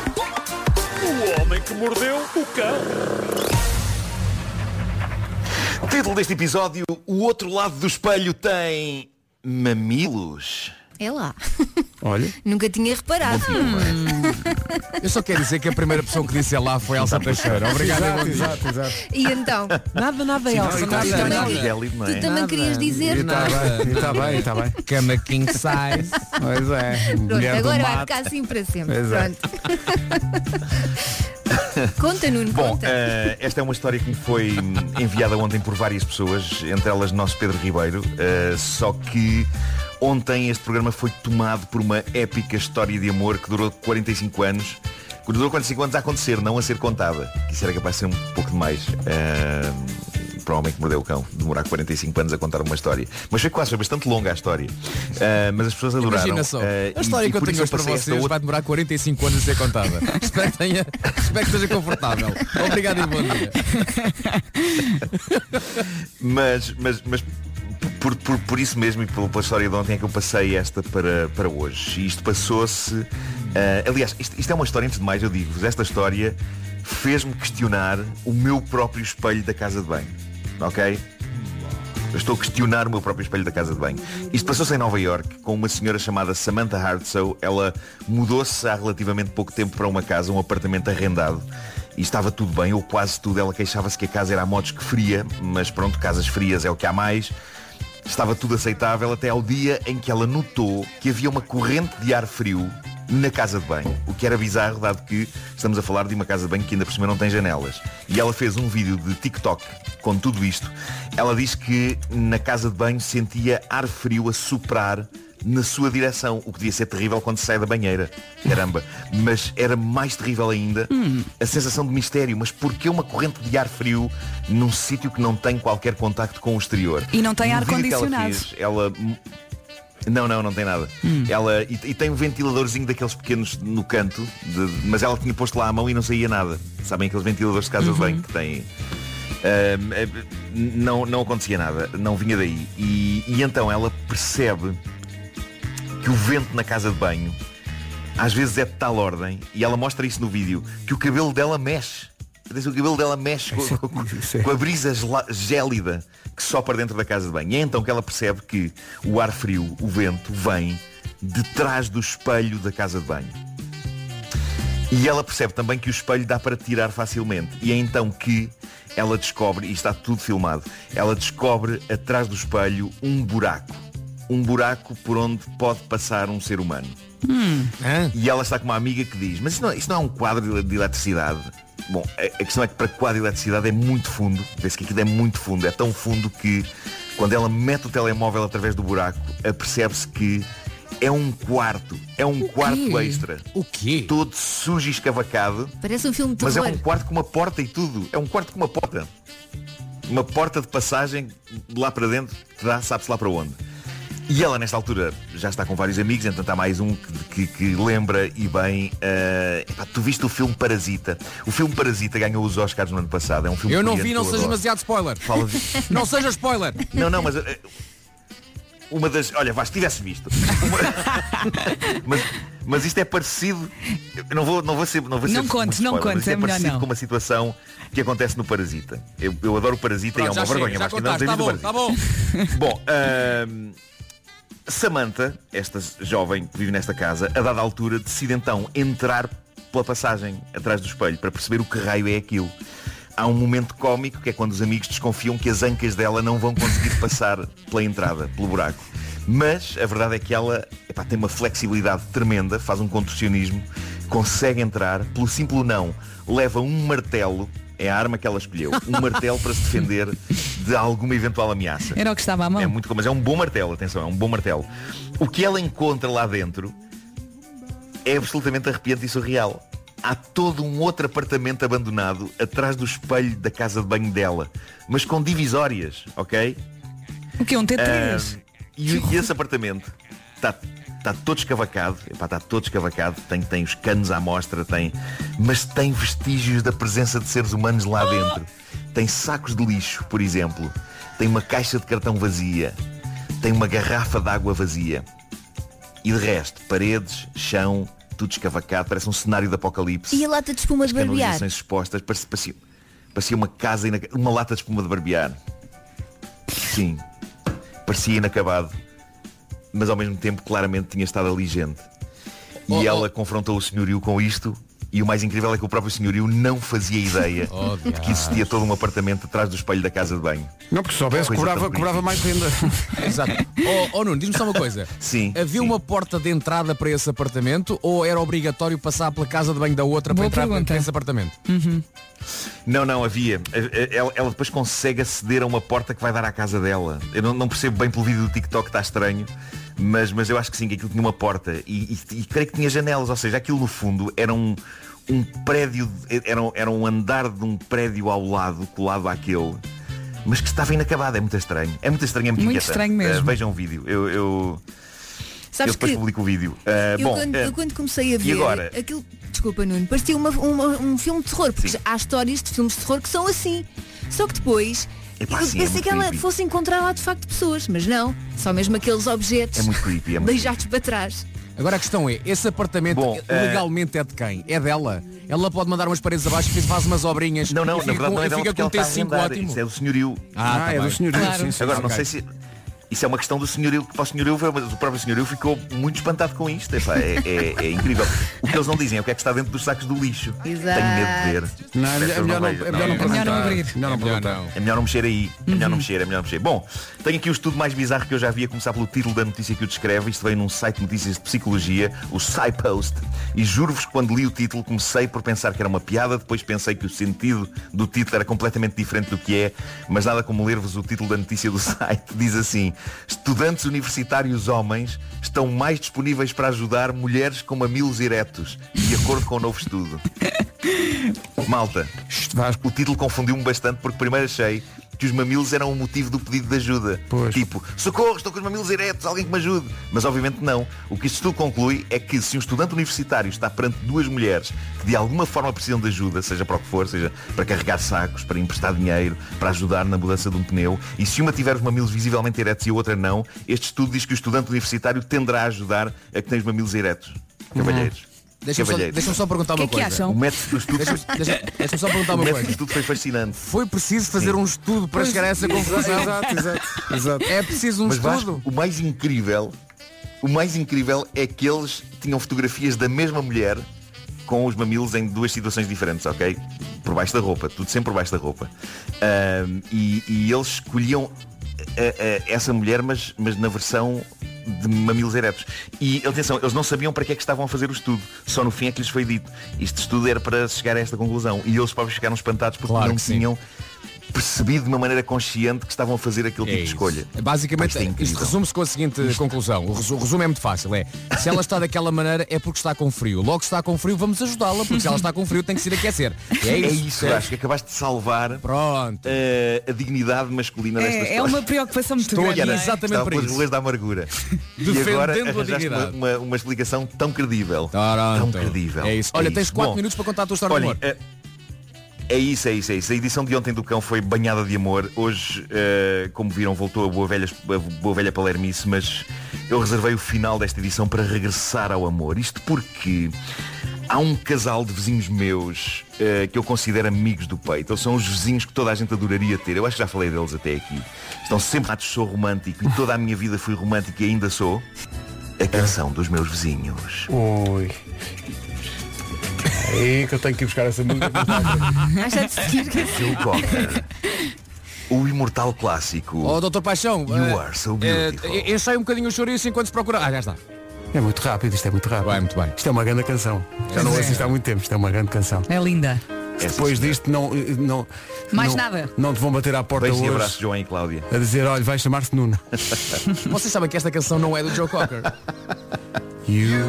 S11: Título deste episódio, o outro lado do espelho tem mamilos.
S7: É lá.
S1: Olha.
S7: Nunca tinha reparado.
S3: Eu só quero dizer que a primeira pessoa que disse lá foi a Elsa Teixeira. Obrigado.
S1: Exato, exato, exato.
S7: E então,
S5: Nada, nada, Elsa.
S1: nada,
S5: nada,
S1: nada.
S11: Mamilos gélido, é não
S7: tu
S11: é?
S7: também querias
S1: E
S7: dizer.
S1: está bem, e está bem, e está bem.
S3: tá Cama king size.
S1: Pois é.
S7: Pronto,
S1: Mulher
S7: agora
S1: do
S7: vai
S1: mato.
S7: ficar assim para sempre.
S1: Exato.
S7: Pronto. conta, Nuno,
S11: Bom,
S7: conta.
S11: eh, esta é uma história que me foi hum, enviada ontem por várias pessoas, entre elas nosso Pedro Ribeiro, eh, só que ontem este programa foi tomado por uma épica história de amor que durou 45 anos, que durou 45 anos a acontecer, não a ser contada. Isso era capaz de ser um pouco demais. eh, para o homem que mordeu o cão, demorar 45 anos a contar uma história. Mas foi quase, foi bastante longa a história. Eh, mas as pessoas adoraram.
S3: Imagina só,
S11: eh,
S3: a
S11: e-
S3: história
S11: e
S3: que eu
S11: por
S3: tenho
S11: isso
S3: hoje para
S11: passei esta
S3: vocês vai demorar 45 anos a ser contada. espero, que tenha, espero que seja confortável. Obrigado e bom dia.
S11: Mas, mas, mas por, por, por isso mesmo e pela, pela história de ontem é que eu passei esta para, para hoje. E isto passou-se. ah, aliás, isto, isto é uma história, antes de mais, eu digo-vos, esta história fez-me questionar o meu próprio espelho da casa de banho. Ok? Eu estou a questionar o meu próprio espelho da casa de banho. Isto passou-se em Nova York com uma senhora chamada Samantha Hartsoe. Ela mudou-se há relativamente pouco tempo para uma casa, um apartamento arrendado. E estava tudo bem, ou quase tudo. Ela queixava-se que a casa era a modos que fria, mas pronto, casas frias é o que há mais. Estava tudo aceitável até ao dia em que ela notou que havia uma corrente de ar frio na casa de banho. O que era bizarro, dado que estamos a falar de uma casa de banho que ainda por cima não tem janelas. E ela fez um vídeo de TikTok com tudo isto. Ela diz que na casa de banho sentia ar frio a soprar na sua direção, o que podia ser terrível quando se sai da banheira. Caramba. Mas era mais terrível ainda
S2: Hum.
S11: a sensação de mistério. Mas porquê uma corrente de ar frio num sítio que não tem qualquer contacto com o exterior?
S5: E não tem
S11: No
S5: ar
S11: vídeo que ela
S5: condicionado.
S11: fez, Ela, Não, não, não tem nada.
S5: Hum.
S11: Ela, e, e tem um ventiladorzinho daqueles pequenos no canto, de- mas ela tinha posto lá a mão e não saía nada. Sabem aqueles ventiladores de casa
S5: Uhum.
S11: de banho que têm. Ahm, eh, não, não acontecia nada, não vinha daí. E, e então ela percebe que o vento na casa de banho às vezes é de tal ordem, e ela mostra isso no vídeo, que o cabelo dela mexe. Atenção, O cabelo dela mexe com, com- com a brisa gela- gélida que sopra dentro da casa de banho. E é então que ela percebe que o ar frio, o vento, vem de trás do espelho da casa de banho. E ela percebe também que o espelho dá para tirar facilmente. E é então que ela descobre, e está tudo filmado, ela descobre atrás do espelho um buraco. Um buraco por onde pode passar um ser humano. E ela está com uma amiga que diz, mas isso não, isso não é um quadro de, de eletricidade. Bom, a, a questão é que para quadro de eletricidade é muito fundo, vê-se que aquilo é muito fundo, é tão fundo que quando ela mete o telemóvel através do buraco, apercebe-se que é um quarto, é um quarto extra.
S3: O quê?
S11: Todo sujo e escavacado.
S7: Parece um filme de
S11: Mas é
S7: terror.
S11: um quarto com uma porta e tudo. É um quarto com uma porta. Uma porta de passagem de lá para dentro que dá, sabe-se lá para onde. E ela, nesta altura, já está com vários amigos, entretanto há mais um que, que- que lembra e bem. eh, epá, tu viste o filme Parasita. O filme Parasita ganhou os Oscars no ano passado. É um filme
S3: Eu não
S11: coreano
S3: vi,
S11: que
S3: não
S11: eu
S3: seja
S11: adoro.
S3: demasiado spoiler.
S11: Fala de-
S3: Não seja spoiler.
S11: Não, não, mas eh, uma das. Olha, Vasco, tivesse visto. Uma- mas, mas isto é parecido. eu Não vou, não vou ser. Não, vou ser
S5: Não conte,
S11: muito spoiler,
S5: não
S11: mas
S5: conte,
S11: isto
S5: é
S11: é,
S5: melhor
S11: parecido
S5: não.
S11: com uma situação que acontece no Parasita. Eu, eu adoro o Parasita e
S3: Pronto,
S11: é uma
S3: já
S11: vergonha,
S3: chega, já
S11: Vasco, ainda não ter
S3: contaste. Tá
S11: visto o
S3: bom,
S11: Parasita.
S3: tá bom.
S11: Bom, ehm, ahm, Samantha, esta jovem que vive nesta casa, a dada altura decide então entrar pela passagem atrás do espelho para perceber o que raio é aquilo. Há um momento cómico que é quando os amigos desconfiam que as ancas dela não vão conseguir passar pela entrada, pelo buraco. Mas a verdade é que ela epá, tem uma flexibilidade tremenda, faz um contorcionismo, consegue entrar, pelo simples não, leva um martelo, é a arma que ela escolheu, um martelo para se defender de alguma eventual ameaça.
S5: Era o que estava à mão.
S11: É muito com- mas é um bom martelo, atenção, é um bom martelo. O que ela encontra lá dentro é absolutamente arrepiante e surreal. Há todo um outro apartamento abandonado atrás do espelho da casa de banho dela, mas com divisórias, ok?
S5: O que é um T3?
S11: Ah, e, e esse apartamento está tá todo escavacado, está todo escavacado, tem, tem os canos à mostra, tem, mas tem vestígios da presença de seres humanos lá dentro. Tem sacos de lixo, por exemplo. Tem uma caixa de cartão vazia. Tem uma garrafa de água vazia. E de resto, paredes, chão, tudo escavacado, parece um cenário de apocalipse
S7: E a lata de espuma
S1: é
S7: de barbear.
S11: canalizações expostas, parecia, parecia, parecia uma casa, inac- uma lata de espuma de barbear. Sim, parecia inacabado, mas ao mesmo tempo claramente tinha estado ali gente. E ela confrontou o senhorio com isto e o mais incrível é que o próprio senhorio não fazia ideia
S1: Oh,
S11: de que existia todo um apartamento atrás do espelho da casa de banho.
S1: Não, porque se soubesse,
S11: Coisa
S1: cobrava,
S11: tão bonita.
S1: cobrava mais renda.
S3: Exato. Oh, oh Nuno, diz-me só uma coisa.
S11: Sim.
S3: Havia uma porta de entrada para esse apartamento ou era obrigatório passar pela casa de banho da outra
S5: Boa
S3: para entrar
S5: pergunta.
S3: para esse apartamento?
S11: Não, não, havia. Eh, eh, Ela, ela depois consegue aceder a uma porta que vai dar à casa dela. Eu não, não percebo bem pelo vídeo do TikTok, está estranho. Mas, mas eu acho que sim, que aquilo tinha uma porta. E, e- e creio que tinha janelas, ou seja, aquilo no fundo era um, um prédio, era, um- era um andar de um prédio ao lado, colado àquele. Mas que estava inacabado, é muito estranho. É muito estranho, é muito,
S5: Muito
S11: inquietante.
S5: estranho mesmo.
S11: Eh, vejam o vídeo. Eu, eu, eu
S7: Sabes
S11: depois
S7: que
S11: publico o vídeo. Eh,
S7: eu,
S11: bom,
S7: quando,
S11: eh,
S7: eu quando comecei a
S11: e
S7: ver
S11: agora?
S7: aquilo, desculpa Nuno, parecia uma- uma- um filme de terror, porque há histórias de filmes de terror que são assim. Só que depois
S11: Epá,
S7: eu
S11: sim,
S7: pensei
S11: é muito
S7: que ela
S11: creepy.
S7: fosse encontrar lá de facto pessoas, mas não, só mesmo aqueles objetos
S3: É muito creepy, é muito
S7: deixados para trás.
S3: Agora a questão é, esse apartamento
S11: eh,
S3: legalmente é de quem? É dela? Ela pode mandar umas paredes abaixo e faz umas obrinhas.
S11: eh, Não, não,
S3: e
S11: na
S3: fica
S11: verdade
S3: com,
S11: não é
S3: e
S11: dela
S3: fica
S11: porque
S3: com
S11: ela
S3: um
S11: está a
S3: T5
S11: arrendar.
S3: ótimo.
S11: Isso é do senhorio.
S3: Ah, Ah, tá é do bem. senhorio, sim, sim,
S11: Agora,
S3: sim,
S11: não sei
S3: ok.
S11: se... isso é uma questão do senhorio que para o senhorio foi, mas o próprio senhorio ficou muito espantado com isto. Epá, é, é- é incrível. O que eles não dizem é o que é que está dentro dos sacos do lixo.
S7: Exato.
S11: Tenho medo de ver.
S1: Não, é
S11: Espero que
S1: melhor- é
S11: eles
S1: melhor não-
S11: vejam.
S1: é melhor não perguntar. É melhor não perguntar.
S11: É melhor não mexer aí. É melhor não mexer, é melhor não mexer. Bom, tenho aqui o estudo mais bizarro que eu já vi a começar pelo título da notícia que o descreve. Isto veio num site de notícias de psicologia, o SciPost. E juro-vos que quando li o título comecei por pensar que era uma piada, depois pensei que o sentido do título era completamente diferente do que é, mas nada como ler-vos o título da notícia do site. Diz assim, estudantes universitários homens estão mais disponíveis para ajudar mulheres com mamilos eretos, de acordo com o novo estudo. Malta, o título confundiu-me bastante porque primeiro achei que os mamilos eram o motivo do pedido de ajuda. Tipo, socorro, estou com os mamilos eretos, alguém que me ajude. Mas obviamente não. O que isto tudo conclui é que se um estudante universitário está perante duas mulheres que de alguma forma precisam de ajuda, seja para o que for, seja para carregar sacos, para emprestar dinheiro, para ajudar na mudança de um pneu, e se uma tiver os mamilos visivelmente eretos e a outra não, este estudo diz que o estudante universitário tenderá a ajudar a que tem os mamilos eretos. Cavalheiros.
S3: Deixa-me só,
S11: Cavalheiros.
S3: deixa-me só perguntar
S5: é
S3: uma coisa.
S11: O método do estudo
S3: Deixa-me deixa- deixa-me só perguntar
S11: o
S3: uma
S11: método do
S3: coisa.
S11: estudo foi fascinante.
S3: Foi preciso fazer um estudo para
S11: Pois,
S3: chegar a essa
S11: exato,
S3: conclusão.
S11: exato,
S1: exato.
S3: É preciso um
S11: Mas
S3: estudo.
S11: Vasco, o mais incrível, o mais incrível é que eles tinham fotografias da mesma mulher com os mamilos em duas situações diferentes, ok? Por baixo da roupa, tudo sempre por baixo da roupa. Ahm, e, e eles escolhiam eh, eh, essa mulher, mas, mas na versão de mamilos eretos. E atenção, eles não sabiam para que é que estavam a fazer o estudo. Só no fim é que lhes foi dito. Este estudo era para chegar a esta conclusão. E eles próprios ficaram espantados porque
S3: Claro
S11: não
S3: que sim.
S11: tinham percebido de uma maneira consciente que estavam a fazer
S3: É
S11: aquele tipo de escolha.
S3: Basicamente,
S11: Isto é incrível.
S3: isto resume-se com a seguinte conclusão. O resu- o resumo é muito fácil. É, se ela está daquela maneira é porque está com frio. Logo se está com frio, vamos ajudá-la, porque se ela está com frio tem que se ir aquecer.
S11: É
S3: É isso.
S11: isso,
S3: percebes?
S11: acho que acabaste de salvar eh, a dignidade masculina desta
S5: É,
S11: história.
S5: é uma preocupação muito
S11: Estou
S5: grande.
S11: era,
S5: não
S1: assim.
S5: é?
S11: estava pelas ruas da amargura. e agora
S3: Defendendo a
S11: arranjaste uma,
S3: dignidade.
S11: uma, uma explicação tão credível. Tão credível.
S3: É isso. Olha, tens 4
S11: Bom,
S3: minutos para contar a tua história
S11: olhem,
S3: de amor.
S11: eh, É isso, é isso, é isso. A edição de ontem do Cão foi banhada de amor. Hoje, eh, como viram, voltou a boa, velha, a boa velha palermice, mas eu reservei o final desta edição para regressar ao amor. Isto porque há um casal de vizinhos meus eh, que eu considero amigos do peito. Eles são os vizinhos que toda a gente adoraria ter. Eu acho que já falei deles até aqui. Estão sempre atos, sou romântico e toda a minha vida fui romântico e ainda sou. A canção dos meus vizinhos.
S1: Ui. É aí que eu tenho que ir buscar essa música.
S7: Acha de seguir que
S11: Joe Cocker. O imortal clássico.
S3: Oh, Dr. Paixão,
S11: You
S3: eh,
S11: are so
S3: eh,
S11: beautiful.
S3: ensaia um bocadinho o chouriço enquanto se procura. Ah, já está.
S1: É muito rápido, isto é muito rápido. muito bem. Isto é uma grande canção. Já não
S5: Pois é.
S1: ouço isto há muito tempo, isto é uma grande canção.
S5: É linda.
S1: Depois disto não, não.
S5: Mais
S1: não-
S5: nada.
S1: Não te vão bater à porta
S11: Beijos e
S1: hoje
S11: abraços, João e Cláudia.
S1: a dizer, olha, vai chamar-se Nuna.
S3: Vocês sabem que esta canção não é do Joe Cocker.
S1: You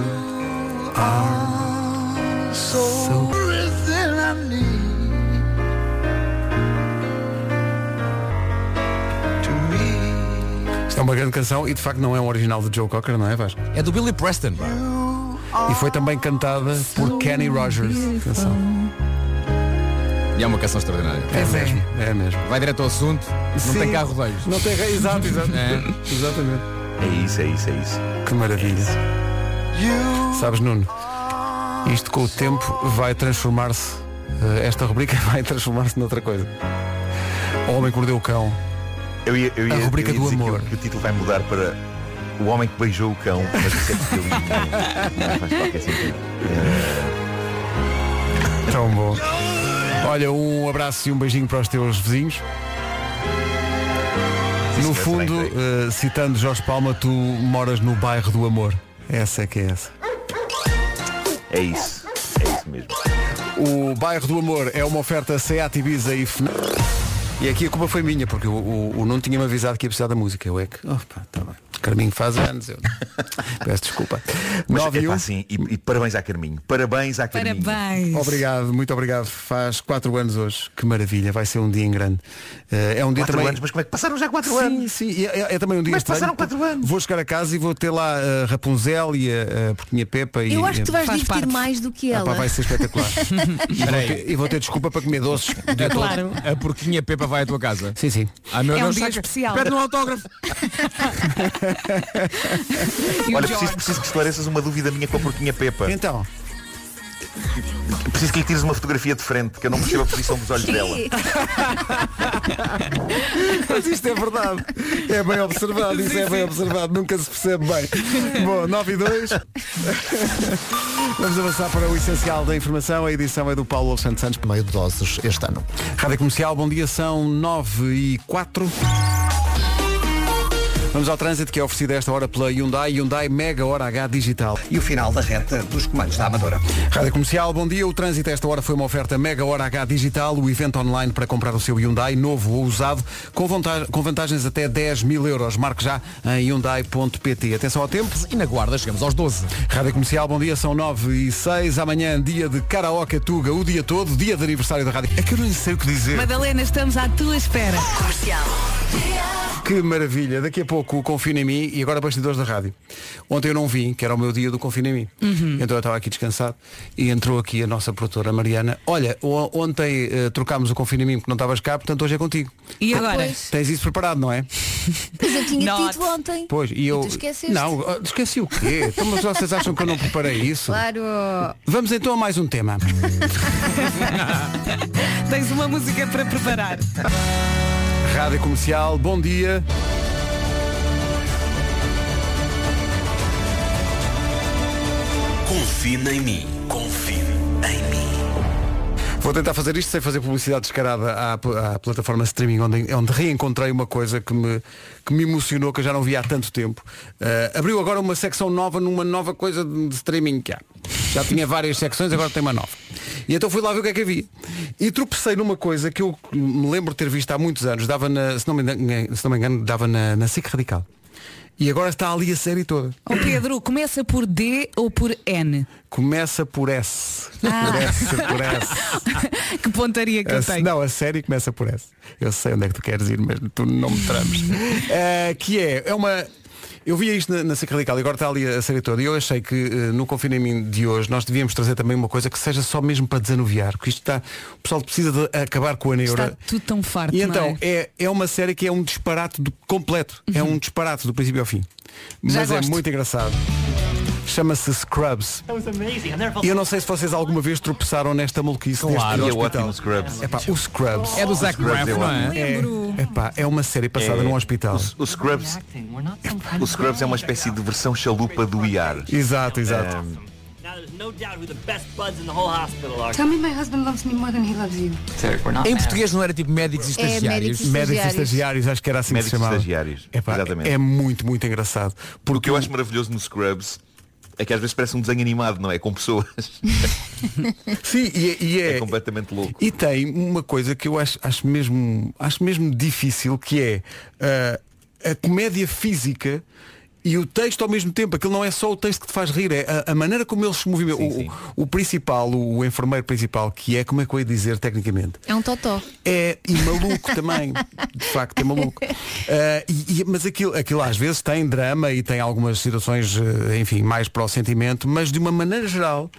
S1: are
S2: So everything I need to me.
S1: Isto é uma grande canção e de facto não é um original de Joe Cocker, não é Vasco?
S3: É do Billy Preston.
S1: E foi também cantada por Kenny Rogers. Atenção.
S3: E é uma canção extraordinária.
S1: É mesmo, é mesmo.
S3: Vai direto ao assunto, não
S1: Sim.
S3: tem carro rodeios.
S1: Não tem raiz, exato, exato.
S3: É.
S1: Exatamente.
S11: É isso, é isso, é isso.
S1: Que maravilha. Sabes, Nuno, isto com o tempo vai transformar-se, eh, esta rubrica vai transformar-se noutra coisa. O Homem que Mordeu o Cão.
S11: Eu ia, eu
S1: A
S11: ia,
S1: rubrica
S11: eu ia
S1: do
S11: dizer
S1: amor.
S11: Que, o- que o título vai mudar para O Homem que Beijou o Cão, mas isso é porque eu não, não faz qualquer sentido. Eh,
S1: Tão bom. Olha, um abraço e um beijinho para os teus vizinhos. No fundo, eh, citando Jorge Palma, tu moras no bairro do amor. Essa é que é essa.
S11: É isso, é isso mesmo.
S1: O bairro do amor é uma oferta Seat Ibiza e FNAC. E aqui a culpa foi minha, porque o, o, o Nuno tinha-me avisado que ia precisar da música. Eu é que, opa, tá bem. Carminho faz anos, eu peço desculpa.
S11: Mas é
S1: um.
S11: pá, sim, e, e parabéns à Carminho. Parabéns à Carminho.
S5: Parabéns. É
S1: Obrigado, muito obrigado. Faz quatro anos hoje. Que maravilha, vai ser um dia em grande. Eh, é um dia
S11: Quatro
S1: também...
S11: anos, mas como é que passaram já quatro
S1: Sim,
S11: anos?
S1: Sim, e é, é também um dia
S11: Mas
S1: estranho,
S11: passaram quatro
S1: porque
S11: anos.
S1: Vou chegar a casa e vou ter lá a Rapunzel e a, a Porquinha Pepa e
S7: Eu acho que tu vais
S5: Faz
S7: divertir
S5: parte.
S7: mais do que
S1: Ah,
S7: ela.
S1: pá, vai ser espetacular. e, vou
S3: Peraí.
S1: ter, e vou ter desculpa para comer doces.
S5: É Claro.
S3: A porquinha Pepa vai à tua casa.
S1: Sim, sim.
S3: Ah, meu
S5: É um
S3: Deus,
S5: dia
S3: saca-
S5: especial.
S3: Pede um autógrafo.
S5: E o
S11: Olha,
S5: Jorge?
S11: preciso, preciso que esclareças uma dúvida minha com a porquinha Pepa.
S1: Então,
S11: Preciso que lhe tires uma fotografia de frente, que eu não percebo a posição dos olhos dela.
S1: Mas isto é verdade. É bem observado, isso é bem observado. Nunca se percebe bem. Bom, 9 e 2. Vamos avançar para o essencial da informação. A edição é do Paulo Santos Santos, meio de doses este ano. Rádio Comercial, bom dia, são 9 e 4. Vamos ao trânsito que é oferecido a esta hora pela Hyundai, Hyundai Mega Hora H Digital.
S4: E o final da reta dos comandos da Amadora.
S1: Rádio Comercial, bom dia. O trânsito a esta hora foi uma oferta Mega Hora H Digital, o evento online para comprar o seu Hyundai, novo ou usado, com, vonta- com vantagens até 10 mil euros. Marque já em Hyundai.pt. Atenção ao tempo.
S3: E na guarda chegamos aos 12.
S1: Rádio Comercial, bom dia, são 9 e 6. Amanhã, dia de Karaoke Tuga, o dia todo, dia de aniversário da rádio. É que eu não sei o que dizer.
S5: Madalena, estamos à tua espera.
S10: Comercial.
S1: Que maravilha, daqui a pouco o Confina em mim e agora bastidores da rádio. Ontem eu não vim, que era o meu dia do Confina em mim.
S12: Uhum.
S1: Então eu estava aqui descansado e entrou aqui a nossa produtora Mariana. Olha, o- ontem eh, trocámos o Confina em mim porque não estavas cá, portanto hoje é contigo.
S5: E
S7: Ah,
S1: Tu-
S5: agora?
S1: Tens isso preparado, não é?
S7: Mas eu tinha
S5: Note.
S7: dito ontem.
S1: Pois, e eu.
S7: tu esqueceste.
S1: não, ah, esqueci o quê? Então, mas vocês acham que eu não preparei isso?
S7: Claro. é
S1: Vamos então a mais um tema.
S5: Tens uma música para preparar.
S1: Rádio Comercial, bom dia.
S6: Confina em mim. Confine em mim.
S1: Vou tentar fazer isto sem fazer publicidade descarada à, pl- à plataforma streaming onde, onde reencontrei uma coisa que me, que me emocionou, que eu já não vi há tanto tempo. Uh, abriu agora uma secção nova numa nova coisa de de streaming que há. Já tinha várias secções, agora tem uma nova. E então fui lá ver o que é que havia. E tropecei numa coisa que eu me lembro de ter visto há muitos anos, dava na, se, não me engano, se não me engano, dava na, na SIC Radical. E agora está ali a série toda.
S5: Ó Pedro, começa por D ou por N?
S1: Começa por S.
S5: Ah.
S1: Por S, por S.
S5: Que pontaria que
S1: A-
S5: eu tenho.
S1: Não, a série começa por essa. Eu sei onde é que tu queres ir, mas tu não me trames. Eh, que é, é uma. Eu via isto na, na Seca Radical e agora está ali a série toda. E eu achei que eh, no confinamento de hoje nós devíamos trazer também uma coisa que seja só mesmo para desanuviar, porque isto está. O pessoal precisa de acabar com a neura.
S5: Está tudo tão farto,
S1: E
S5: não
S1: então,
S5: é? Uhum.
S1: é, é uma série que é um disparate do- completo. É um disparate do princípio ao fim.
S5: Já
S1: Mas é
S5: gosto.
S1: muito engraçado. Chama-se Scrubs. E eu não sei se vocês alguma vez tropeçaram nesta maluquice
S11: Claro,
S1: deste ir
S11: é
S1: ao hospital.
S11: ótimo o Scrubs.
S1: Epá, o Scrubs.
S3: É do Zac
S11: Scrubs Braff, é não é? ótimo.
S1: É, epá, é uma série passada
S11: É-
S1: num hospital.
S11: O, o Scrubs,
S1: é-
S11: o Scrubs é uma espécie de versão chalupa do IAR.
S1: Exato,
S11: É.
S1: exato.
S13: Tell me my husband loves me more than he loves you.
S5: É
S3: Em português não era tipo médicos e
S13: É, médicos e
S3: estagiários.
S1: Médicos e estagiários, acho que era assim
S11: Médicos
S1: que se chamava.
S11: estagiários.
S1: Epá,
S11: Exatamente.
S1: é muito, muito engraçado.
S11: Porque o que eu acho maravilhoso no Scrubs é que às vezes parece um desenho animado, não é? Com pessoas.
S1: Sim, e, é...
S11: completamente louco.
S1: E tem uma coisa que eu acho, acho, mesmo, acho mesmo difícil, que é ah, a comédia física e o texto ao mesmo tempo. Aquilo não é só o texto que te faz rir, é a, a maneira como eles se movimentam. O, o- o principal, o, o enfermeiro principal, que é, como é que eu ia dizer tecnicamente?
S7: É um totó.
S1: É, e maluco também. De facto, é maluco. Ah, e- e- mas aquilo, aquilo às vezes tem drama e tem algumas situações, eh, enfim, mais para o sentimento, mas de uma maneira geral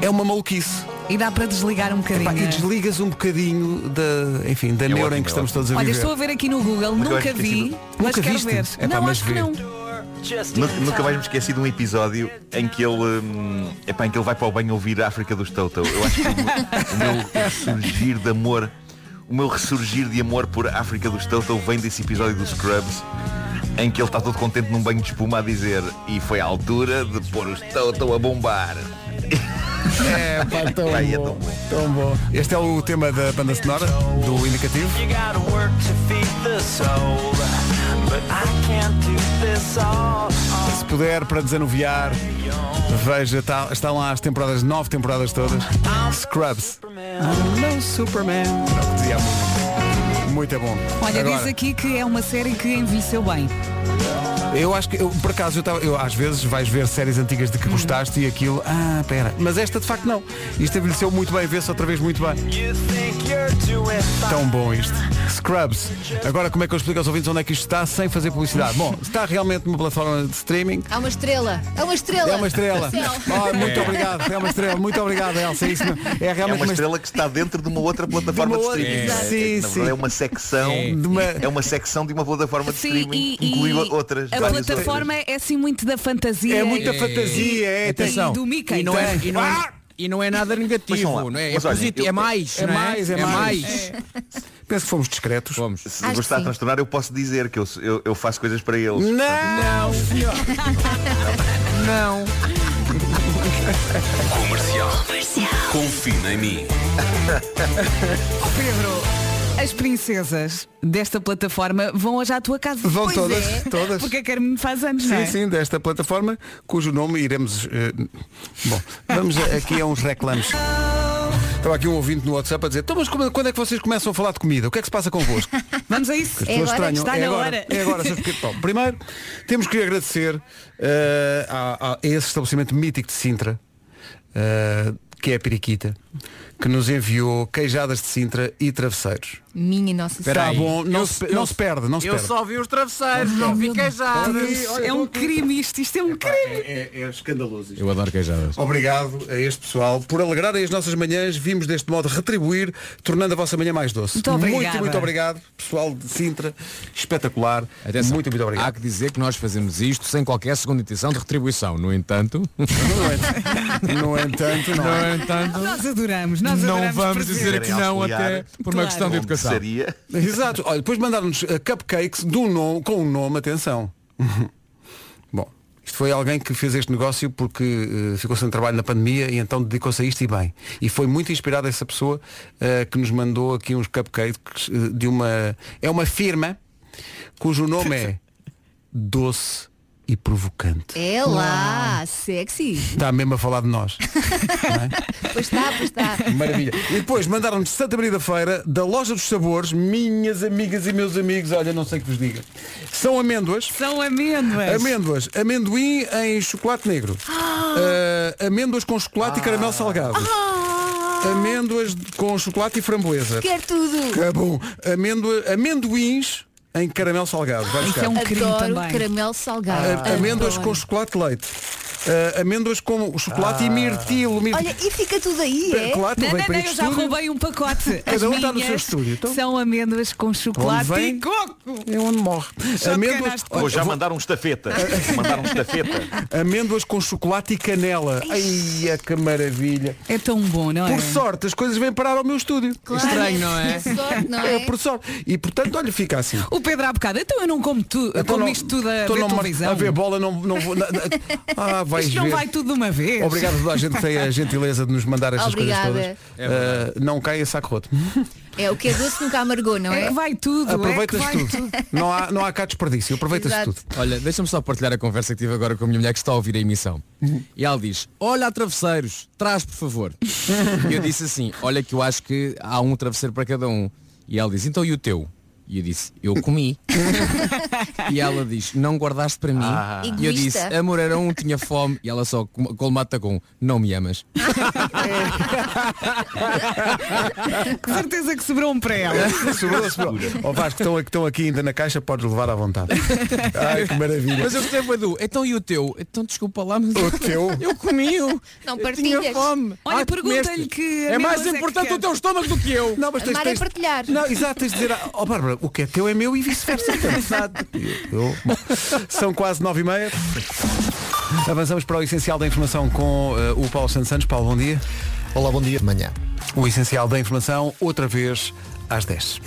S1: é uma maluquice.
S5: E dá para desligar um bocadinho.
S1: Epá, e desligas um bocadinho da, enfim, da neura em que estamos todos a
S5: Olha,
S1: viver.
S5: estou a ver aqui no Google,
S1: Mas eu acho
S5: nunca
S1: que tem
S5: vi,
S1: sido-
S5: mas
S1: Nunca
S5: quero
S1: viste?
S5: ver.
S1: Epá,
S5: não,
S1: mas
S5: acho que
S1: vê.
S5: não.
S11: Nu- Nunca mais me esqueci de um episódio em que ele, hum, epá, em que ele vai para o banho ouvir a África dos Toto. Eu acho que o meu, o meu ressurgir de amor, o meu ressurgir de amor por África dos Toto vem desse episódio dos Scrubs em que ele está todo contente num banho de espuma a dizer e foi a altura de pôr os Toto a bombar.
S1: É, pá, tão,
S11: Pá, é
S1: bom, tão bom. Este é o tema da banda sonora, do indicativo. Se puder, para desanuviar, veja, tá- estão lá as temporadas, nove temporadas todas. Scrubs. Não Superman. Era o que dizia a música. Muito bom.
S5: Olha,
S1: Agora,
S5: diz aqui que é uma série que envelheceu bem.
S1: Eu acho que, eu, por acaso, eu, tava- eu, às vezes vais ver séries antigas de que
S5: Hum.
S1: gostaste e aquilo, ah, pera. Mas esta de facto não. Isto envelheceu muito bem, vê-se outra vez muito bem. Tão bom isto. Scrubs. Agora como é que eu explico aos ouvintes onde é que isto está sem fazer publicidade? Bom, está realmente numa plataforma de streaming.
S7: Há uma estrela. É uma estrela.
S1: É uma estrela.
S7: Marcelo.
S1: Oh, muito
S11: É.
S1: obrigado. É uma estrela. Muito obrigado, Elsa. É, isso mesmo. é
S11: É
S1: realmente
S11: uma estrela que está dentro de uma outra plataforma de,
S1: outra,
S11: streaming.
S1: exato.
S11: É,
S1: Sim,
S11: na
S1: sim.
S11: verdade, é uma secção,
S1: De uma-
S11: é uma secção de uma plataforma de streaming, que inclui outras.
S5: a
S11: várias
S5: plataforma é assim muito da fantasia.
S1: É muita
S5: e-
S1: fantasia, é,
S5: e
S1: atenção.
S5: do Mickey.
S1: E não é- e não é-
S5: Ah!
S3: E não é nada negativo,
S11: lá,
S3: não é? É,
S11: mas olha,
S3: positivo,
S11: eu-
S3: é mais,
S11: É
S3: não
S11: mais, é mais.
S1: Penso que fomos discretos.
S3: Vamos.
S11: Se gostar de transtornar, eu posso dizer que eu, eu, eu faço coisas para eles.
S1: Não,
S3: senhor. Não.
S6: Comercial.
S11: Um
S6: Confina em mim.
S5: Pedro, as princesas desta plataforma vão hoje à tua casa.
S1: Vão
S5: Pois
S1: todas,
S5: é,
S1: todas.
S5: Porque a Carmen faz anos, não
S1: Sim,
S5: é?
S1: sim, desta plataforma, cujo nome iremos. eh, bom, vamos a- aqui a uns reclames. Estava aqui um ouvinte no WhatsApp a dizer, então, mas como- quando é que vocês começam a falar de comida? O que é que se passa convosco?
S5: Vamos a
S1: Que
S5: isso.
S1: as pessoas estranham. é agora, É agora, seus pequenos- Bom, primeiro, temos que agradecer eh, a, a esse estabelecimento mítico de Sintra, eh, que é a Periquita, que nos enviou queijadas de Sintra e travesseiros.
S7: Minha Nossa
S1: Está bom, não, se, não se perde, não se
S3: eu
S1: perde.
S3: só vi os travesseiros, não vi queijadas.
S5: É um crime isto, isto é um crime.
S1: É, escandaloso.
S3: Eu adoro queijadas.
S1: Obrigado a este pessoal por alegrarem as nossas manhãs. Vimos deste modo retribuir, tornando a vossa manhã mais doce.
S3: Muito
S1: muito,
S3: obrigada.
S1: muito obrigado, pessoal de Sintra. Espetacular. Muito, muito obrigado.
S3: Há que dizer que nós fazemos isto sem qualquer segunda intenção de retribuição. No entanto.
S1: No entanto, não. é?
S3: No entanto.
S5: Nós adoramos, nós
S3: Não
S5: adoramos.
S3: vamos dizer
S5: perceber.
S3: que não até por uma questão de educação.
S1: Exato. Olha, depois mandaram-nos eh, cupcakes de um nome, com um nome, atenção. Bom, isto foi alguém que fez este negócio porque eh, ficou sem trabalho na pandemia e então dedicou-se a isto e bem. E foi muito inspirada essa pessoa eh, que nos mandou aqui uns cupcakes eh, de uma. É uma firma cujo nome é Doce e Provocante.
S7: É lá, sexy.
S1: Está mesmo a falar de nós.
S7: Pois está, pois tá. está.
S1: Maravilha. E depois mandaram-nos de Santa Maria da Feira, da Loja dos Sabores, minhas amigas e meus amigos, olha, não sei o que vos diga. São amêndoas.
S5: São amêndoas.
S1: Amêndoas. Amendoim em chocolate negro. Ah, amêndoas com chocolate e
S5: Ah.
S1: caramelo salgado. Amêndoas com chocolate e framboesa.
S7: Quer Ah, tudo.
S1: Acabou. Amêndoa, amendoins em caramelo salgado.
S5: Ah,
S1: Vai
S5: é
S1: buscar.
S5: um
S7: Adoro caramelo salgado.
S1: Ah, amêndoas
S7: Adoro.
S1: com chocolate de leite. Ah, amêndoas com chocolate e mirtilo. Mir-
S7: Olha, e fica tudo aí, é?
S1: Claro, Ah, tu
S5: Ah. não,
S1: vem
S5: não,
S1: para
S5: não,
S1: este
S5: eu já
S1: estúdio.
S5: roubei um pacote.
S1: Cada
S5: As
S1: um está no seu
S5: minhas
S1: estúdio, então.
S5: São amêndoas com chocolate
S1: vem?
S5: e coco.
S1: É onde morre.
S5: Já
S1: Amêndoas.
S11: Vou já mandar um estafeta. Vou mandar um estafeta.
S1: Amêndoas com chocolate e canela. Ai, é que maravilha.
S5: É tão bom, não é?
S1: Por sorte, as coisas vêm parar ao meu estúdio.
S5: Claro,
S1: Estranho, não é?
S5: é sorte, não é?
S1: por sorte. E portanto, olha, fica assim.
S5: O Pedro há bocado, então eu não como, tu,
S1: Então
S5: como
S1: não-
S5: isto tudo a
S1: então
S5: ver
S1: não mar-
S5: televisão.
S1: a ver bola não, não vou. na- na- ah, vais
S5: isto não
S1: ver.
S5: vai tudo de uma vez.
S1: Obrigado a toda a gente que tem a gentileza de nos mandar estas
S7: Obrigada.
S1: coisas todas.
S7: É
S1: Ah, não caia saco roto.
S7: É o que é doce nunca amargou, não é?
S5: É que vai tudo.
S1: Aproveitas tudo. Não, há, não há cá desperdício, aproveitas tudo.
S3: Olha, deixa-me só partilhar a conversa que tive agora com a minha mulher que está a ouvir a emissão. E ela diz, olha a travesseiros, traz por favor. e eu disse assim, olha que eu acho que há um travesseiro para cada um. E ela diz, então e o teu? E eu disse, eu comi. e ela diz, não guardaste para mim.
S4: Ah.
S3: E eu disse,
S7: Egoísta.
S3: amor, era um, tinha fome. E ela só com- colmata com, não me amas.
S5: Com certeza que sobrou um para ela.
S1: Sobrou, sobrou. Ó Vasco, que estão, que estão aqui ainda na caixa, podes levar à vontade. Ai, que maravilha.
S3: Mas eu gostei foi do, então e o teu? Então desculpa lá, mas...
S1: O teu?
S3: Eu comi -o.
S7: Não
S3: Eu
S7: partilhas.
S3: Tinha
S1: Ah,
S3: fome.
S7: Olha,
S3: Ai,
S7: pergunta-lhe
S3: comeste.
S7: que
S3: É
S7: amêndoas
S3: mais
S7: é que
S3: importante
S7: quer.
S3: o teu estômago do que eu.
S1: Não, mas tens,
S7: Amar
S1: tens,
S7: é partilhar.
S1: Não, exato, tens de dizer, ó oh, Bárbara, o que é teu é meu e vice-versa. Exato. Eu- bom, são quase nove e meia. Avançamos para o essencial da informação com eh, o Paulo Santos Santos. Paulo, bom dia.
S9: Olá, bom dia. De manhã.
S1: O essencial da informação, outra vez às 10.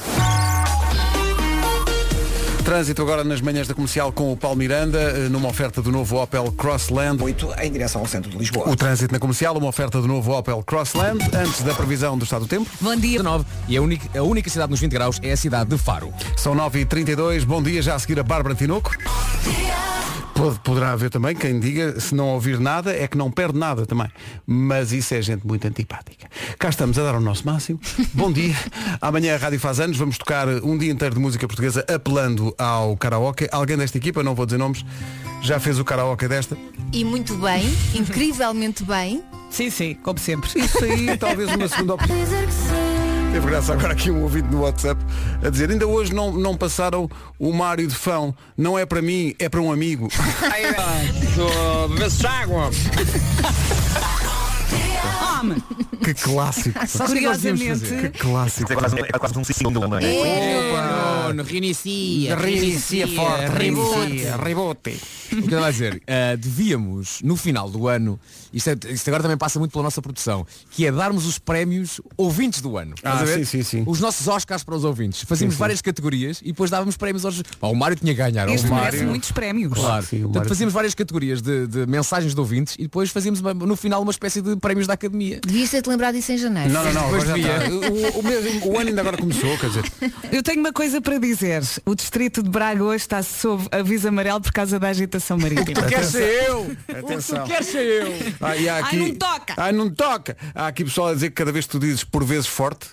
S1: Trânsito agora nas manhãs da comercial com o Paulo Miranda, eh, numa oferta do novo Opel Crossland.
S4: Muito em direção ao centro de Lisboa.
S1: O trânsito na comercial, uma oferta do novo Opel Crossland, antes da previsão do estado do tempo.
S5: Bom dia.
S3: 19. E é a única, a única cidade nos 20 graus é a cidade de Faro.
S1: São 9h32, bom dia, já a seguir a Bárbara Tinoco. Pode- poderá haver também quem diga, se não ouvir nada, é que não perde nada também. Mas isso é gente muito antipática. Cá estamos a dar o nosso máximo. Bom dia. Amanhã a Rádio Faz Anos, vamos tocar um dia inteiro de música portuguesa apelando ao karaoke. Alguém desta equipa, não vou dizer nomes, já fez o karaoke desta?
S7: E muito bem, incrivelmente bem.
S5: Sim, sim, como sempre.
S1: Isso aí, talvez uma segunda opção. Teve graça agora aqui um ouvido no WhatsApp a dizer ainda hoje não, não passaram o Mário de Fão. Não é para mim, é para um amigo.
S2: Bebesse água.
S5: Homem,
S1: Que clássico.
S5: Curiosamente-
S1: Que clássico.
S3: é
S11: É quase um símbolo, não é?
S7: É,
S3: Opa,
S7: não,
S3: não, Nuno, reinicia.
S12: Reinicia forte,
S1: é
S12: reinicia,
S3: rebote. O que ele vai dizer? Ah, devíamos, no final do ano, isto, é- isto agora também passa muito pela nossa produção, que é darmos os prémios ouvintes do ano. Estás
S1: Ah,
S3: a ver?
S1: sim, sim, sim.
S3: Os nossos Oscars para os ouvintes.
S1: Sim,
S3: Fazíamos
S1: sim.
S3: várias categorias e depois dávamos prémios aos... Pá, o Mário tinha que ganhar.
S5: Este
S3: o
S5: merece
S3: Mário.
S5: muitos prémios.
S3: Claro. Portanto, fazíamos várias categorias de, de mensagens de ouvintes e depois fazíamos uma- no final uma espécie de prémios da academia.
S7: Devias ter-te lembrado isso em janeiro.
S3: Não, não, não, agora já tá. está.
S1: O, mês- o ano ainda agora começou, quer dizer.
S5: Eu tenho uma coisa para dizer. O distrito de Braga hoje está sob aviso amarelo por causa da agitação marítima.
S1: tu queres ser eu.
S5: Atenção.
S1: Atenção. Ah, e há
S5: Ai,
S1: aqui-
S5: não toca.
S1: Ai, não toca. Há aqui pessoal a dizer que cada vez que tu dizes por vezes forte.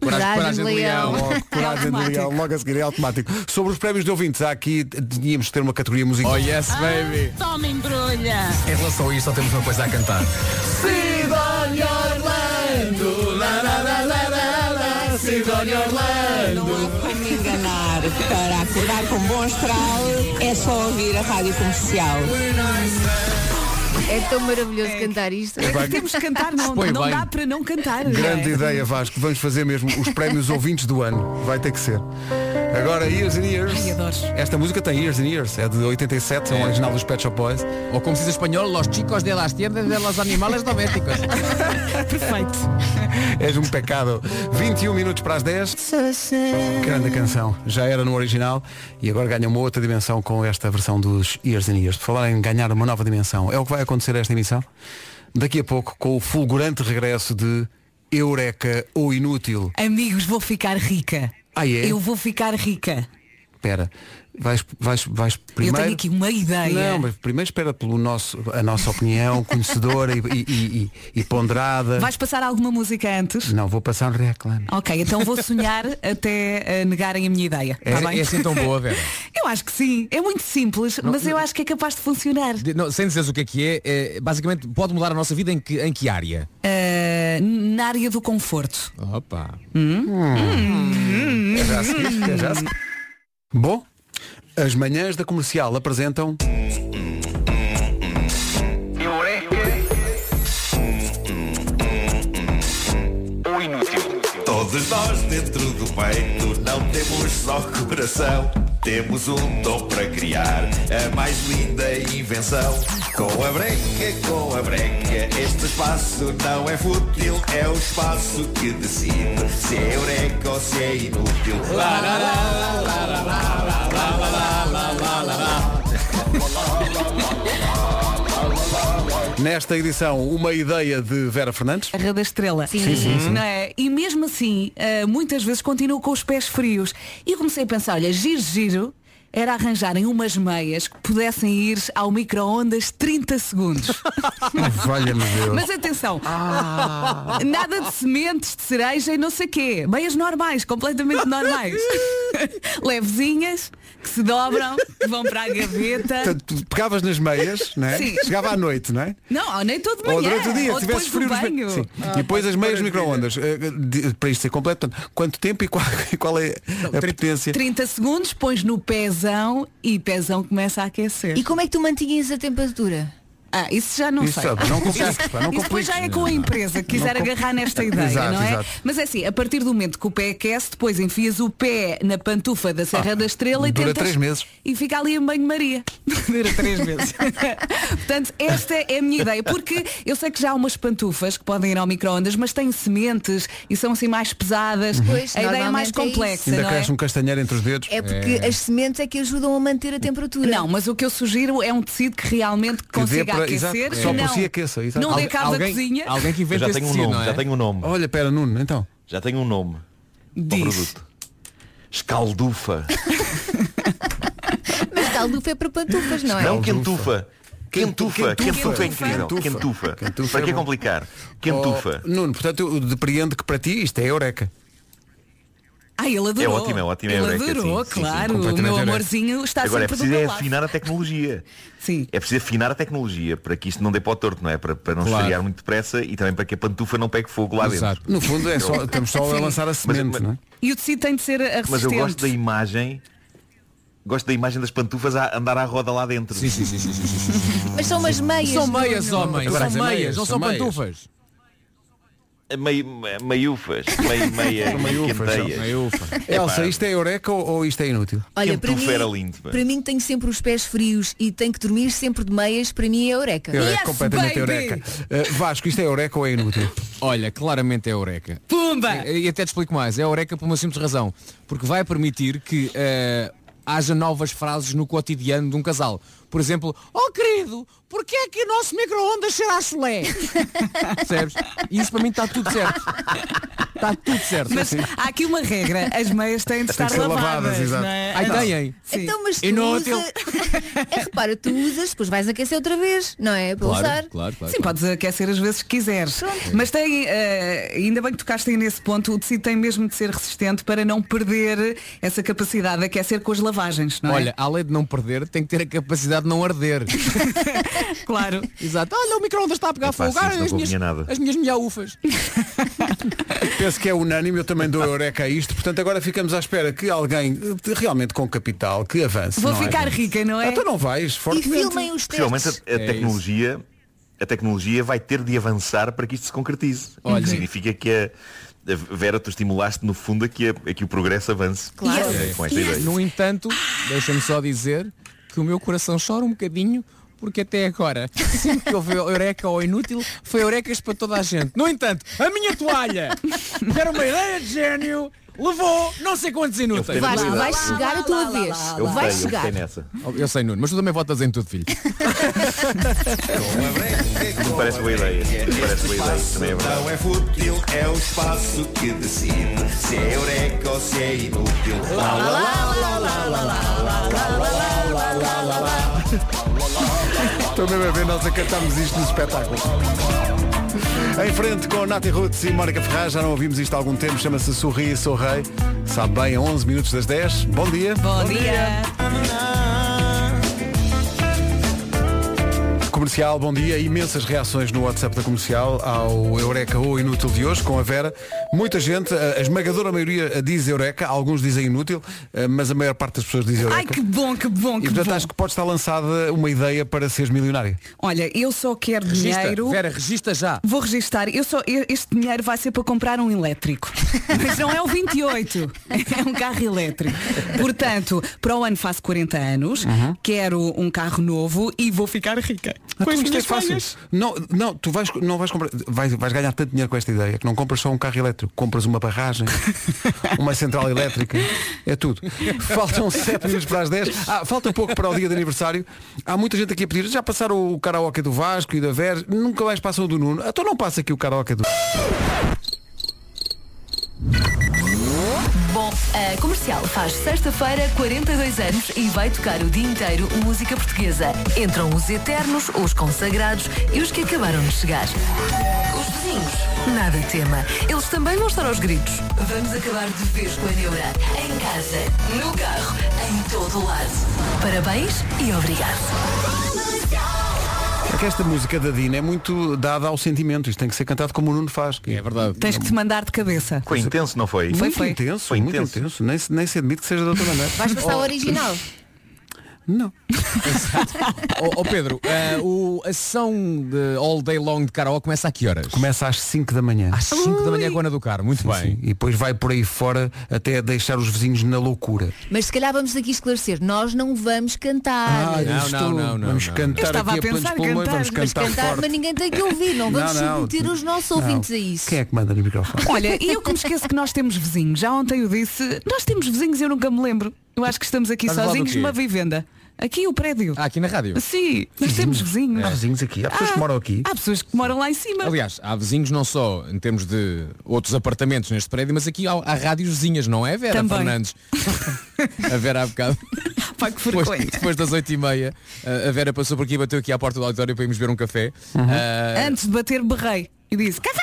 S7: Coragem de leão.
S1: Logo, coragem de leão. Logo a seguir é automático. Sobre os prémios de ouvintes, há aqui tínhamos de ter uma categoria musical.
S3: Oh yes, baby.
S5: Ah,
S2: Toma embrulha!
S3: Em relação a isto, só temos uma coisa a cantar.
S2: Sidónia Orlando! La, la, la, la, la, la, Sidónia Orlando! Não há como enganar. Para acordar com bom astral, é só ouvir a rádio comercial.
S7: É tão maravilhoso cantar isto.
S1: É que temos
S5: que cantar,
S1: não- Põe não bem. dá
S5: para não cantar.
S1: Grande ideia, Vasco. Vamos fazer mesmo os prémios ouvintes do ano. Vai ter que ser. Agora, Years and Years.
S5: Ai, adoro.
S1: Esta música tem Years and Years. É de 87, é um original dos Pet Shop Boys.
S3: Ou como se diz em espanhol, Los Chicos de las tiendas de los animales domésticos.
S5: Tá É Perfeito.
S1: És um pecado. 21 minutos para as 10. Grande canção. Já era no original e agora ganha uma outra dimensão com esta versão dos Years and Years. Por falar em ganhar uma nova dimensão, é o que vai acontecer a esta emissão. Daqui a pouco, com o fulgurante regresso de Eureka ou Inútil.
S5: Amigos, vou ficar rica.
S1: Ah, é?
S5: Eu vou ficar rica.
S1: Espera, vais, vais, vais primeiro...
S5: Eu tenho aqui uma ideia.
S1: Não, mas primeiro espera pelo nosso, a nossa opinião conhecedora e, e- e- e- e ponderada.
S5: Vais passar alguma música antes?
S1: Não, vou passar um reclame.
S5: Ok, então vou sonhar até eh, negarem a minha ideia.
S1: É-
S5: tá bem?
S1: é assim tão boa, Vera?
S5: Eu acho que sim. É muito simples,
S3: Não,
S5: mas eu
S3: não-
S5: acho que é capaz de funcionar.
S3: De- não, sem dizeres o que é que é, é, basicamente pode mudar a nossa vida em que, em que área?
S5: Eh, na área do conforto.
S3: Opa.
S5: Hum.
S1: É já a seguir, é já a seguir. Bom, as manhãs da comercial apresentam.
S2: Ou inútil.
S6: Todos nós dentro do peito não temos só coração. Temos um dom para criar a mais linda invenção. Com a breca, com a breca, este espaço não é fútil. É o espaço que decide se é eureka ou se é inútil. Lá, lá, lá, lá, lá, lá, lá, lá, lá, lá, lá, lá, lá, lá.
S1: Nesta edição, uma ideia de Vera Fernandes.
S5: Terra da Estrela.
S1: Sim. Sim, sim, sim.
S5: Não é? E mesmo assim, ah, muitas vezes continuo com os pés frios. E comecei a pensar, olha, giro, giro, era arranjarem umas meias que pudessem ir ao micro-ondas 30 segundos.
S1: Valha-me Deus.
S5: Mas atenção, nada de sementes, de cereja e não sei quê. Meias normais, completamente normais. Levezinhas, que se dobram, que vão para a gaveta.
S1: Portanto, tu pegavas nas meias, não é?
S5: Sim.
S1: chegava à noite, não é?
S5: Não, nem todo manhã.
S1: Ou durante o dia,
S5: ou
S1: se tivesse
S5: depois
S1: frio
S5: do
S1: nos
S5: banho. Ah,
S1: meios. Sim. e depois as meias micro-ondas. Eh, de- Para isto ser completo, portanto, quanto tempo e qual, e qual é a potência?
S5: 30 segundos, pões no pezão e pezão começa a aquecer.
S7: E como é que tu mantinhas a temperatura?
S5: Ah, isso já não
S7: Isso
S5: sei.
S7: sabe, não compliques, pá, não
S5: Isso depois
S7: compliques.
S5: já é com a empresa que quiser
S7: Não com-
S5: agarrar nesta ideia,
S7: Exato,
S5: não é?
S7: exato.
S5: Mas é assim, a partir do momento que o pé aquece, depois enfias o pé na pantufa da Serra
S7: Ah,
S5: da Estrela e
S1: dura
S5: tentas...
S1: três meses.
S5: E fica ali em banho-maria. dura três meses. Portanto, esta é a minha ideia. Porque eu sei que já há umas pantufas que podem ir ao micro-ondas, mas têm sementes e são assim mais pesadas.
S7: Pois,
S5: a ideia é
S7: normalmente é
S5: mais
S7: isso.
S5: complexa,
S1: Ainda
S5: não é?
S1: cresce um castanheiro entre os dedos.
S7: É porque as sementes é que ajudam a manter a temperatura.
S5: Não, mas o que eu sugiro é um tecido que realmente
S1: Que dê
S5: consiga
S1: para- exato,
S5: aquecer.
S1: Só
S5: não,
S1: por si aqueça. exato.
S5: não dê cabo da cozinha.
S11: Eu já tenho um nome,
S3: é?
S11: já tenho um nome.
S1: Olha, pera, Nuno, então.
S11: Já tenho um nome.
S5: Diz.
S11: produto. Escaldufa.
S7: Mas caldufa é para pantufas, não é?
S11: Não, quentufa.
S7: Quentufa.
S11: Quentufa, quentufa é incrível. Quentufa.
S1: Quentufa
S11: Para
S1: é
S11: que
S1: bom.
S11: complicar? Quentufa.
S1: Oh, Nuno, portanto, eu depreendo que para ti isto é eureka.
S5: Ah, ele adorou.
S11: É ótimo, é ótimo, é
S5: Ele
S11: eureka,
S5: adorou,
S11: sim, sim, sim,
S5: claro. o
S11: completamente
S5: meu
S11: eureka.
S5: amorzinho está
S11: Agora é
S5: tá sempre
S11: preciso
S5: do
S11: é
S5: meu lado.
S11: afinar a tecnologia.
S5: Sim.
S11: É preciso afinar a tecnologia para que isto não dê para o torto, não é? Para, para não
S1: Claro.
S11: esfriar muito depressa e também para que a pantufa não pegue fogo lá
S1: Exato.
S11: dentro.
S1: No fundo, é só- estamos só a
S11: Sim.
S1: lançar a
S11: Mas-
S1: semente,
S11: mas-
S1: não é?
S5: E o tecido tem de ser eh, resistente.
S11: Mas eu gosto da imagem. Gosto da imagem das pantufas a andar à roda lá dentro. Sim,
S3: sim, sim, sim, sim,
S7: Mas são umas meias.
S3: São meias,
S7: Nuno.
S3: homens.
S11: Agora,
S3: são
S11: são
S3: meias,
S11: meias,
S3: não
S11: são
S3: são
S11: meias.
S3: pantufas.
S11: Meio, meiufas, meio, meia,
S1: Meiufas,
S11: quenteias.
S1: Elsa,
S11: Epá,
S1: isto é eureka ou, ou isto é inútil?
S7: Olha, para mim,
S11: Quentufera lindo, pá.
S7: para mim tenho sempre os pés frios e tenho que dormir sempre de meias, para mim é eureka.
S1: Eureka, completamente eureka.
S3: Eh,
S1: Uh, Vasco, isto é eureka ou é inútil?
S3: Olha, claramente é eureka.
S5: Pumba!
S3: E, e até te explico mais. É eureka por uma simples razão. Porque vai permitir que eh, haja novas frases no cotidiano de um casal. Por exemplo, oh querido, porquê é que o nosso micro-ondas será chulé? Percebes? E isso para mim está tudo certo. Está tudo certo.
S5: Mas há aqui uma regra, as meias têm
S3: Tem
S5: de estar
S3: que ser
S5: lavadas.
S3: lavadas, exato.
S5: não é?
S3: Ai, têm.
S5: Sim.
S7: Então, mas tu
S3: Inútil.
S7: usa... é, repara, tu usas, depois vais aquecer outra vez, não é? Para usar.
S5: Sim, podes aquecer as vezes que quiseres. Mas tem, eh, ainda bem que tocaste aí nesse ponto, o tecido tem mesmo de ser resistente para não perder essa capacidade de aquecer com as lavagens, não é?
S3: Olha, além de não perder, tem que ter a capacidade de não arder.
S5: claro.
S3: Exato. Olha, o micro-ondas está a pegar
S11: Epá, sim,
S3: fogo. Ah,
S11: isto É não
S3: as, minhas,
S11: convinha nada.
S3: as minhas milhaufas.
S1: Penso que é unânime, eu também dou eureka a isto, portanto agora ficamos à espera que alguém eh, realmente com capital que avance.
S5: Vou
S1: não é?
S5: ficar rica, não
S1: Ah,
S5: é?
S1: Então não vais, fortemente.
S11: Possivelmente a, a
S1: É
S11: tecnologia, a tecnologia vai ter de avançar para que isto se concretize.
S3: Olha.
S11: Olha. Significa que a, a Vera, tu estimulaste no fundo a que, a- a que o progresso avance.
S3: Claro.
S11: É, com esta ideia.
S3: No entanto, deixa-me só dizer que o meu coração chora um bocadinho porque até agora, sempre que houve eureka ou inútil, foi eurecas para toda a gente. No entanto, a minha toalha, que era uma ideia de gênio, levou não sei quantos inúteis.
S7: Vasco, vai chegar a tua vez. Vai chegar.
S3: Eu sei, Nuno, mas tu também votas em tudo, filho.
S11: Isto Parece boa ideia. Isto Parece boa ideia. Também é verdade.
S6: Não é fútil, é o espaço que decide se é eureka ou se é inútil. Lá, lá, lá, lá, lá, lá, lá, lá, lá, lá, lá, lá, lá.
S1: Estou mesmo a ver, nós a cantarmos isto nos espetáculos. Em frente com Nati Roots e Mónica Ferraz, já não ouvimos isto há algum tempo, chama-se Sorri, Sou Rei. Sabe bem, a 11 minutos das 10. Bom dia.
S5: Bom dia.
S1: Comercial, bom dia. Imensas reações no WhatsApp da Comercial ao Eureka ou Inútil de hoje, com a Vera. Muita gente, a a esmagadora maioria diz Eureka, alguns dizem Inútil, eh, mas a maior parte das pessoas diz Eureka.
S5: Ai, que bom, que bom,
S1: e
S5: que
S1: portanto
S5: bom.
S1: acho que pode estar lançada uma ideia para seres milionário.
S5: Olha, eu só quero
S1: Regista,
S5: dinheiro.
S1: Vera,
S3: regista já.
S5: Vou registar. Eu só, eu- este dinheiro vai ser para comprar um elétrico. Mas não é o 28. É um carro elétrico. Portanto, para o ano faço 40 anos, quero um carro novo e vou ficar rica.
S3: Ah,
S5: Com
S3: é
S5: as minhas falhas.
S1: Não, não, tu vais, não vais comprar, vais, vais ganhar tanto dinheiro com esta ideia que não compras só um carro elétrico, compras uma barragem, uma central elétrica, é tudo. Faltam 7 minutos para as 10. Ah, falta pouco para o dia de aniversário. Há muita gente aqui a pedir, já passaram o karaoke do Vasco e da Ver, nunca mais passam o do Nuno. Então não passa aqui o karaoke do.
S10: Bom, a Comercial faz sexta-feira 42 anos e vai tocar o dia inteiro música portuguesa. Entram os eternos, os consagrados e os que acabaram de chegar. Os vizinhos, nada tema. Eles também vão estar aos gritos. Vamos acabar de vez com a neura. Em casa, no carro, em todo o lado. Parabéns e obrigado.
S1: É que esta música da Dina é muito dada ao sentimento, isto tem que ser cantado como o Nuno faz. É
S3: verdade.
S5: Tens que te mandar de cabeça.
S11: Foi intenso, não foi?
S1: Muito intenso, muito intenso. Nem, se- nem se admite que seja de outra maneira.
S7: Vais passar o original.
S3: Ó ó, Pedro, eh, o- a sessão de All Day Long de karaoke começa a que horas?
S1: Começa às 5 da manhã.
S3: Às 5 da manhã, Guana do Carmo. Muito bem.
S1: E depois vai por aí fora até deixar os vizinhos na loucura.
S7: Mas se calhar vamos aqui esclarecer, nós não vamos cantar.
S1: Ai, Não, estou- não, não, não, vamos não. cantar Eu estava aqui a a plenos pensar pulmões, cantar. vamos
S7: mas
S1: cantar
S7: cantar,
S1: forte.
S7: mas ninguém tem que ouvir, não vamos
S1: Não, não.
S7: submeter os nossos
S1: Não.
S7: ouvintes a isso.
S1: Quem é que manda no microfone?
S5: Olha, e eu que me esqueço que nós temos vizinhos. Já ontem eu disse, nós temos vizinhos, eu nunca me lembro. Eu acho que estamos aqui
S3: Estás a falar do
S5: sozinhos
S3: quê?
S5: numa vivenda. Aqui o prédio.
S3: Ah, aqui na rádio.
S5: Sim, nós temos vizinhos.
S3: É. Há vizinhos
S1: aqui,
S3: há pessoas que moram aqui.
S5: Há pessoas que moram lá em cima.
S3: Aliás, há vizinhos não só em termos de outros apartamentos neste prédio, mas aqui há, há rádios vizinhas, não é, Vera
S5: Também.
S3: Fernandes? a Vera há bocado.
S5: Pá, que
S3: depois, depois das 8h30, a Vera passou por aqui e bateu aqui à porta do auditório para irmos beber um café. Ah,
S5: Antes de bater, berrei. E disse, café!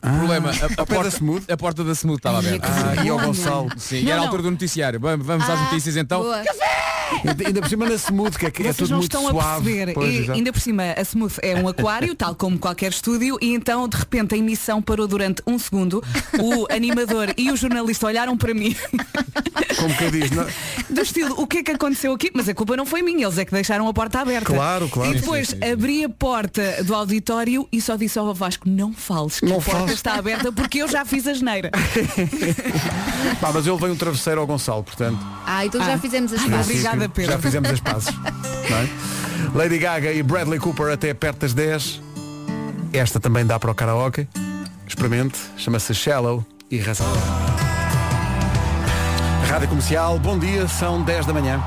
S3: Problema, a, a porta, a porta da Smooth estava aberta.
S1: Ah, e ao Gonçalo.
S3: Sim,
S1: Não,
S3: era a
S1: não.
S7: Ah,
S3: altura do noticiário. Vamos, vamos às notícias então.
S7: Café!
S1: Ainda ainda por cima na smooth, que é, que é
S5: Vocês
S1: tudo
S5: não
S1: muito
S5: estão a
S1: suave.
S5: perceber.
S1: Pois,
S5: E,
S1: exato.
S5: ainda por cima, a Smooth é um aquário, tal como qualquer estúdio, e então, de repente, a emissão parou durante um segundo. O animador e o jornalista olharam para mim,
S1: Como quem diz, não- é?
S5: do estilo, o que é que aconteceu aqui? Mas a culpa não foi minha, eles é que deixaram a porta aberta.
S1: Claro, claro.
S5: E depois
S1: Sim,
S5: abri a porta do auditório e só disse ao Vasco, não fales, que
S1: Não
S5: a porta
S1: fales.
S5: está aberta porque eu já fiz a geneira.
S1: Pá, mas eu levei um travesseiro ao Gonçalo, portanto.
S7: Ah, então já fizemos as
S1: não
S7: pazes.
S1: sei o que- Já fizemos as pazes. não é? Lady Gaga e Bradley Cooper até perto das 10. Esta também dá para o karaoke. Experimente. Chama-se Shallow e Razão. Rádio Comercial, bom dia, são 10 da manhã.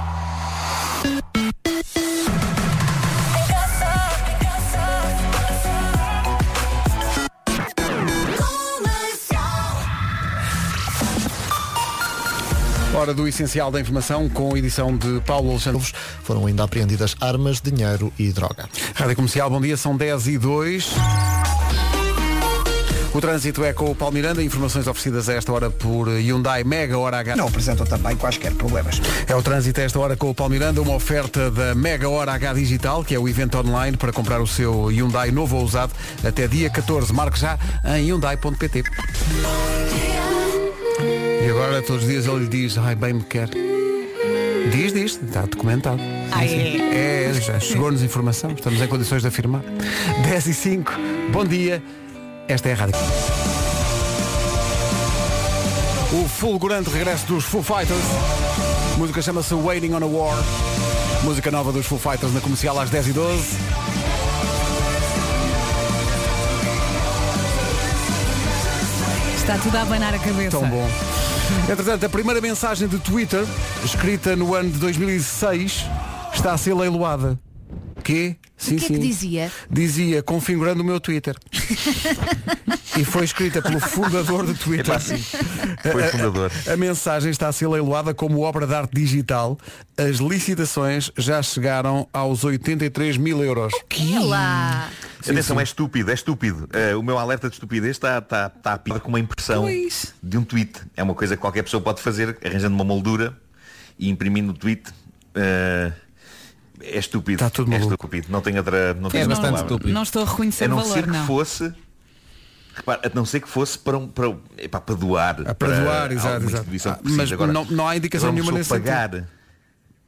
S1: Hora do essencial da informação com a edição de Paulo Alexandre.
S9: Foram ainda apreendidas armas, dinheiro e droga.
S1: Rádio Comercial, bom dia, são 10 e 2. O trânsito é com o Paulo Miranda, informações oferecidas a esta hora por Hyundai Mega Hora H. Não
S4: apresentam também quaisquer problemas.
S1: É o trânsito a esta hora com o Paulo Miranda, uma oferta da Mega Hora H Digital, que é o evento online para comprar o seu Hyundai novo ou usado até dia 14. Marque já em Hyundai.pt. E agora todos os dias ele lhe diz, ai bem me quer. Diz, diz, está documentado.
S2: Ah,
S1: é? já chegou-nos informação, estamos em condições de afirmar. 10 e 5, bom dia, esta é a Rádio. O fulgurante regresso dos Foo Fighters. A música chama-se Waiting on a War. Música nova dos Foo Fighters na comercial às 10 e 12
S5: Está tudo a abanar a cabeça.
S1: Tão bom. Entretanto, a primeira mensagem de Twitter, escrita no ano de 2006, está a ser leiloada. Que? Sim,
S7: o que é
S1: sim.
S7: que dizia?
S1: Dizia, configurando o meu Twitter. e foi escrita pelo fundador do Twitter.
S11: Epá, sim. Foi o fundador.
S1: A, a mensagem está a ser leiloada como obra de arte digital. As licitações já chegaram aos 83 mil euros.
S7: Que lá.
S11: Atenção,
S1: sim.
S11: é estúpido, é estúpido. Eh, o meu alerta de estupidez está, está, está a pior com uma impressão
S5: Pois.
S11: de um tweet. É uma coisa que qualquer pessoa pode fazer, arranjando uma moldura e imprimindo o tweet. Eh, é estúpido. Está tudo é estúpido. Não tem outra. Não
S5: é
S11: tem outra palavra.
S5: Não estou a reconhecer
S11: É a não
S5: o valor,
S11: ser que
S5: não.
S11: fosse repara, a não ser que fosse para um para, um- epá, para doar para,
S1: Ah, doar,
S11: alguma
S1: exato, exato.
S11: instituição que
S1: Ah,
S11: precise.
S1: mas
S11: Agora,
S1: não- não há indicação
S11: agora uma
S1: nenhuma
S11: pessoa
S1: nesse
S11: pagar
S1: sentido.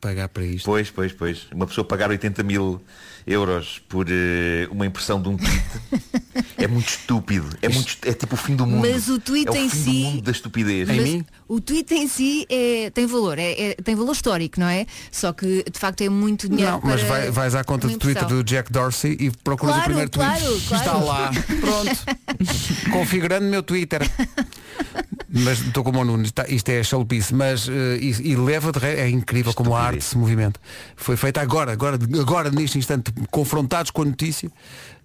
S1: pagar para isto
S11: pois pois pois uma pessoa pagar 80 mil euros por eh, uma impressão de um tweet é muito estúpido é muito é tipo o fim do mundo
S7: Mas o tweet
S11: é o
S7: em
S11: fim
S7: si-
S11: do mundo da
S1: é
S11: estupidez
S7: Mas o tweet em si é- tem valor, é- é- tem valor histórico, não é? Só que de facto é muito dinheiro.
S1: Não, mas
S7: para
S1: vai- vais à conta
S7: uma
S1: de Twitter
S7: impressão.
S1: do Jack Dorsey e procuras
S7: Claro,
S1: o primeiro tweet.
S7: claro, claro.
S1: Está lá. Pronto. Configurando meu Twitter. Mas estou como o Nuno, está- isto é chalupice, mas eh, e, e leva de re... é incrível como a arte se movimenta. Foi feita agora, agora, agora neste instante, confrontados com a notícia,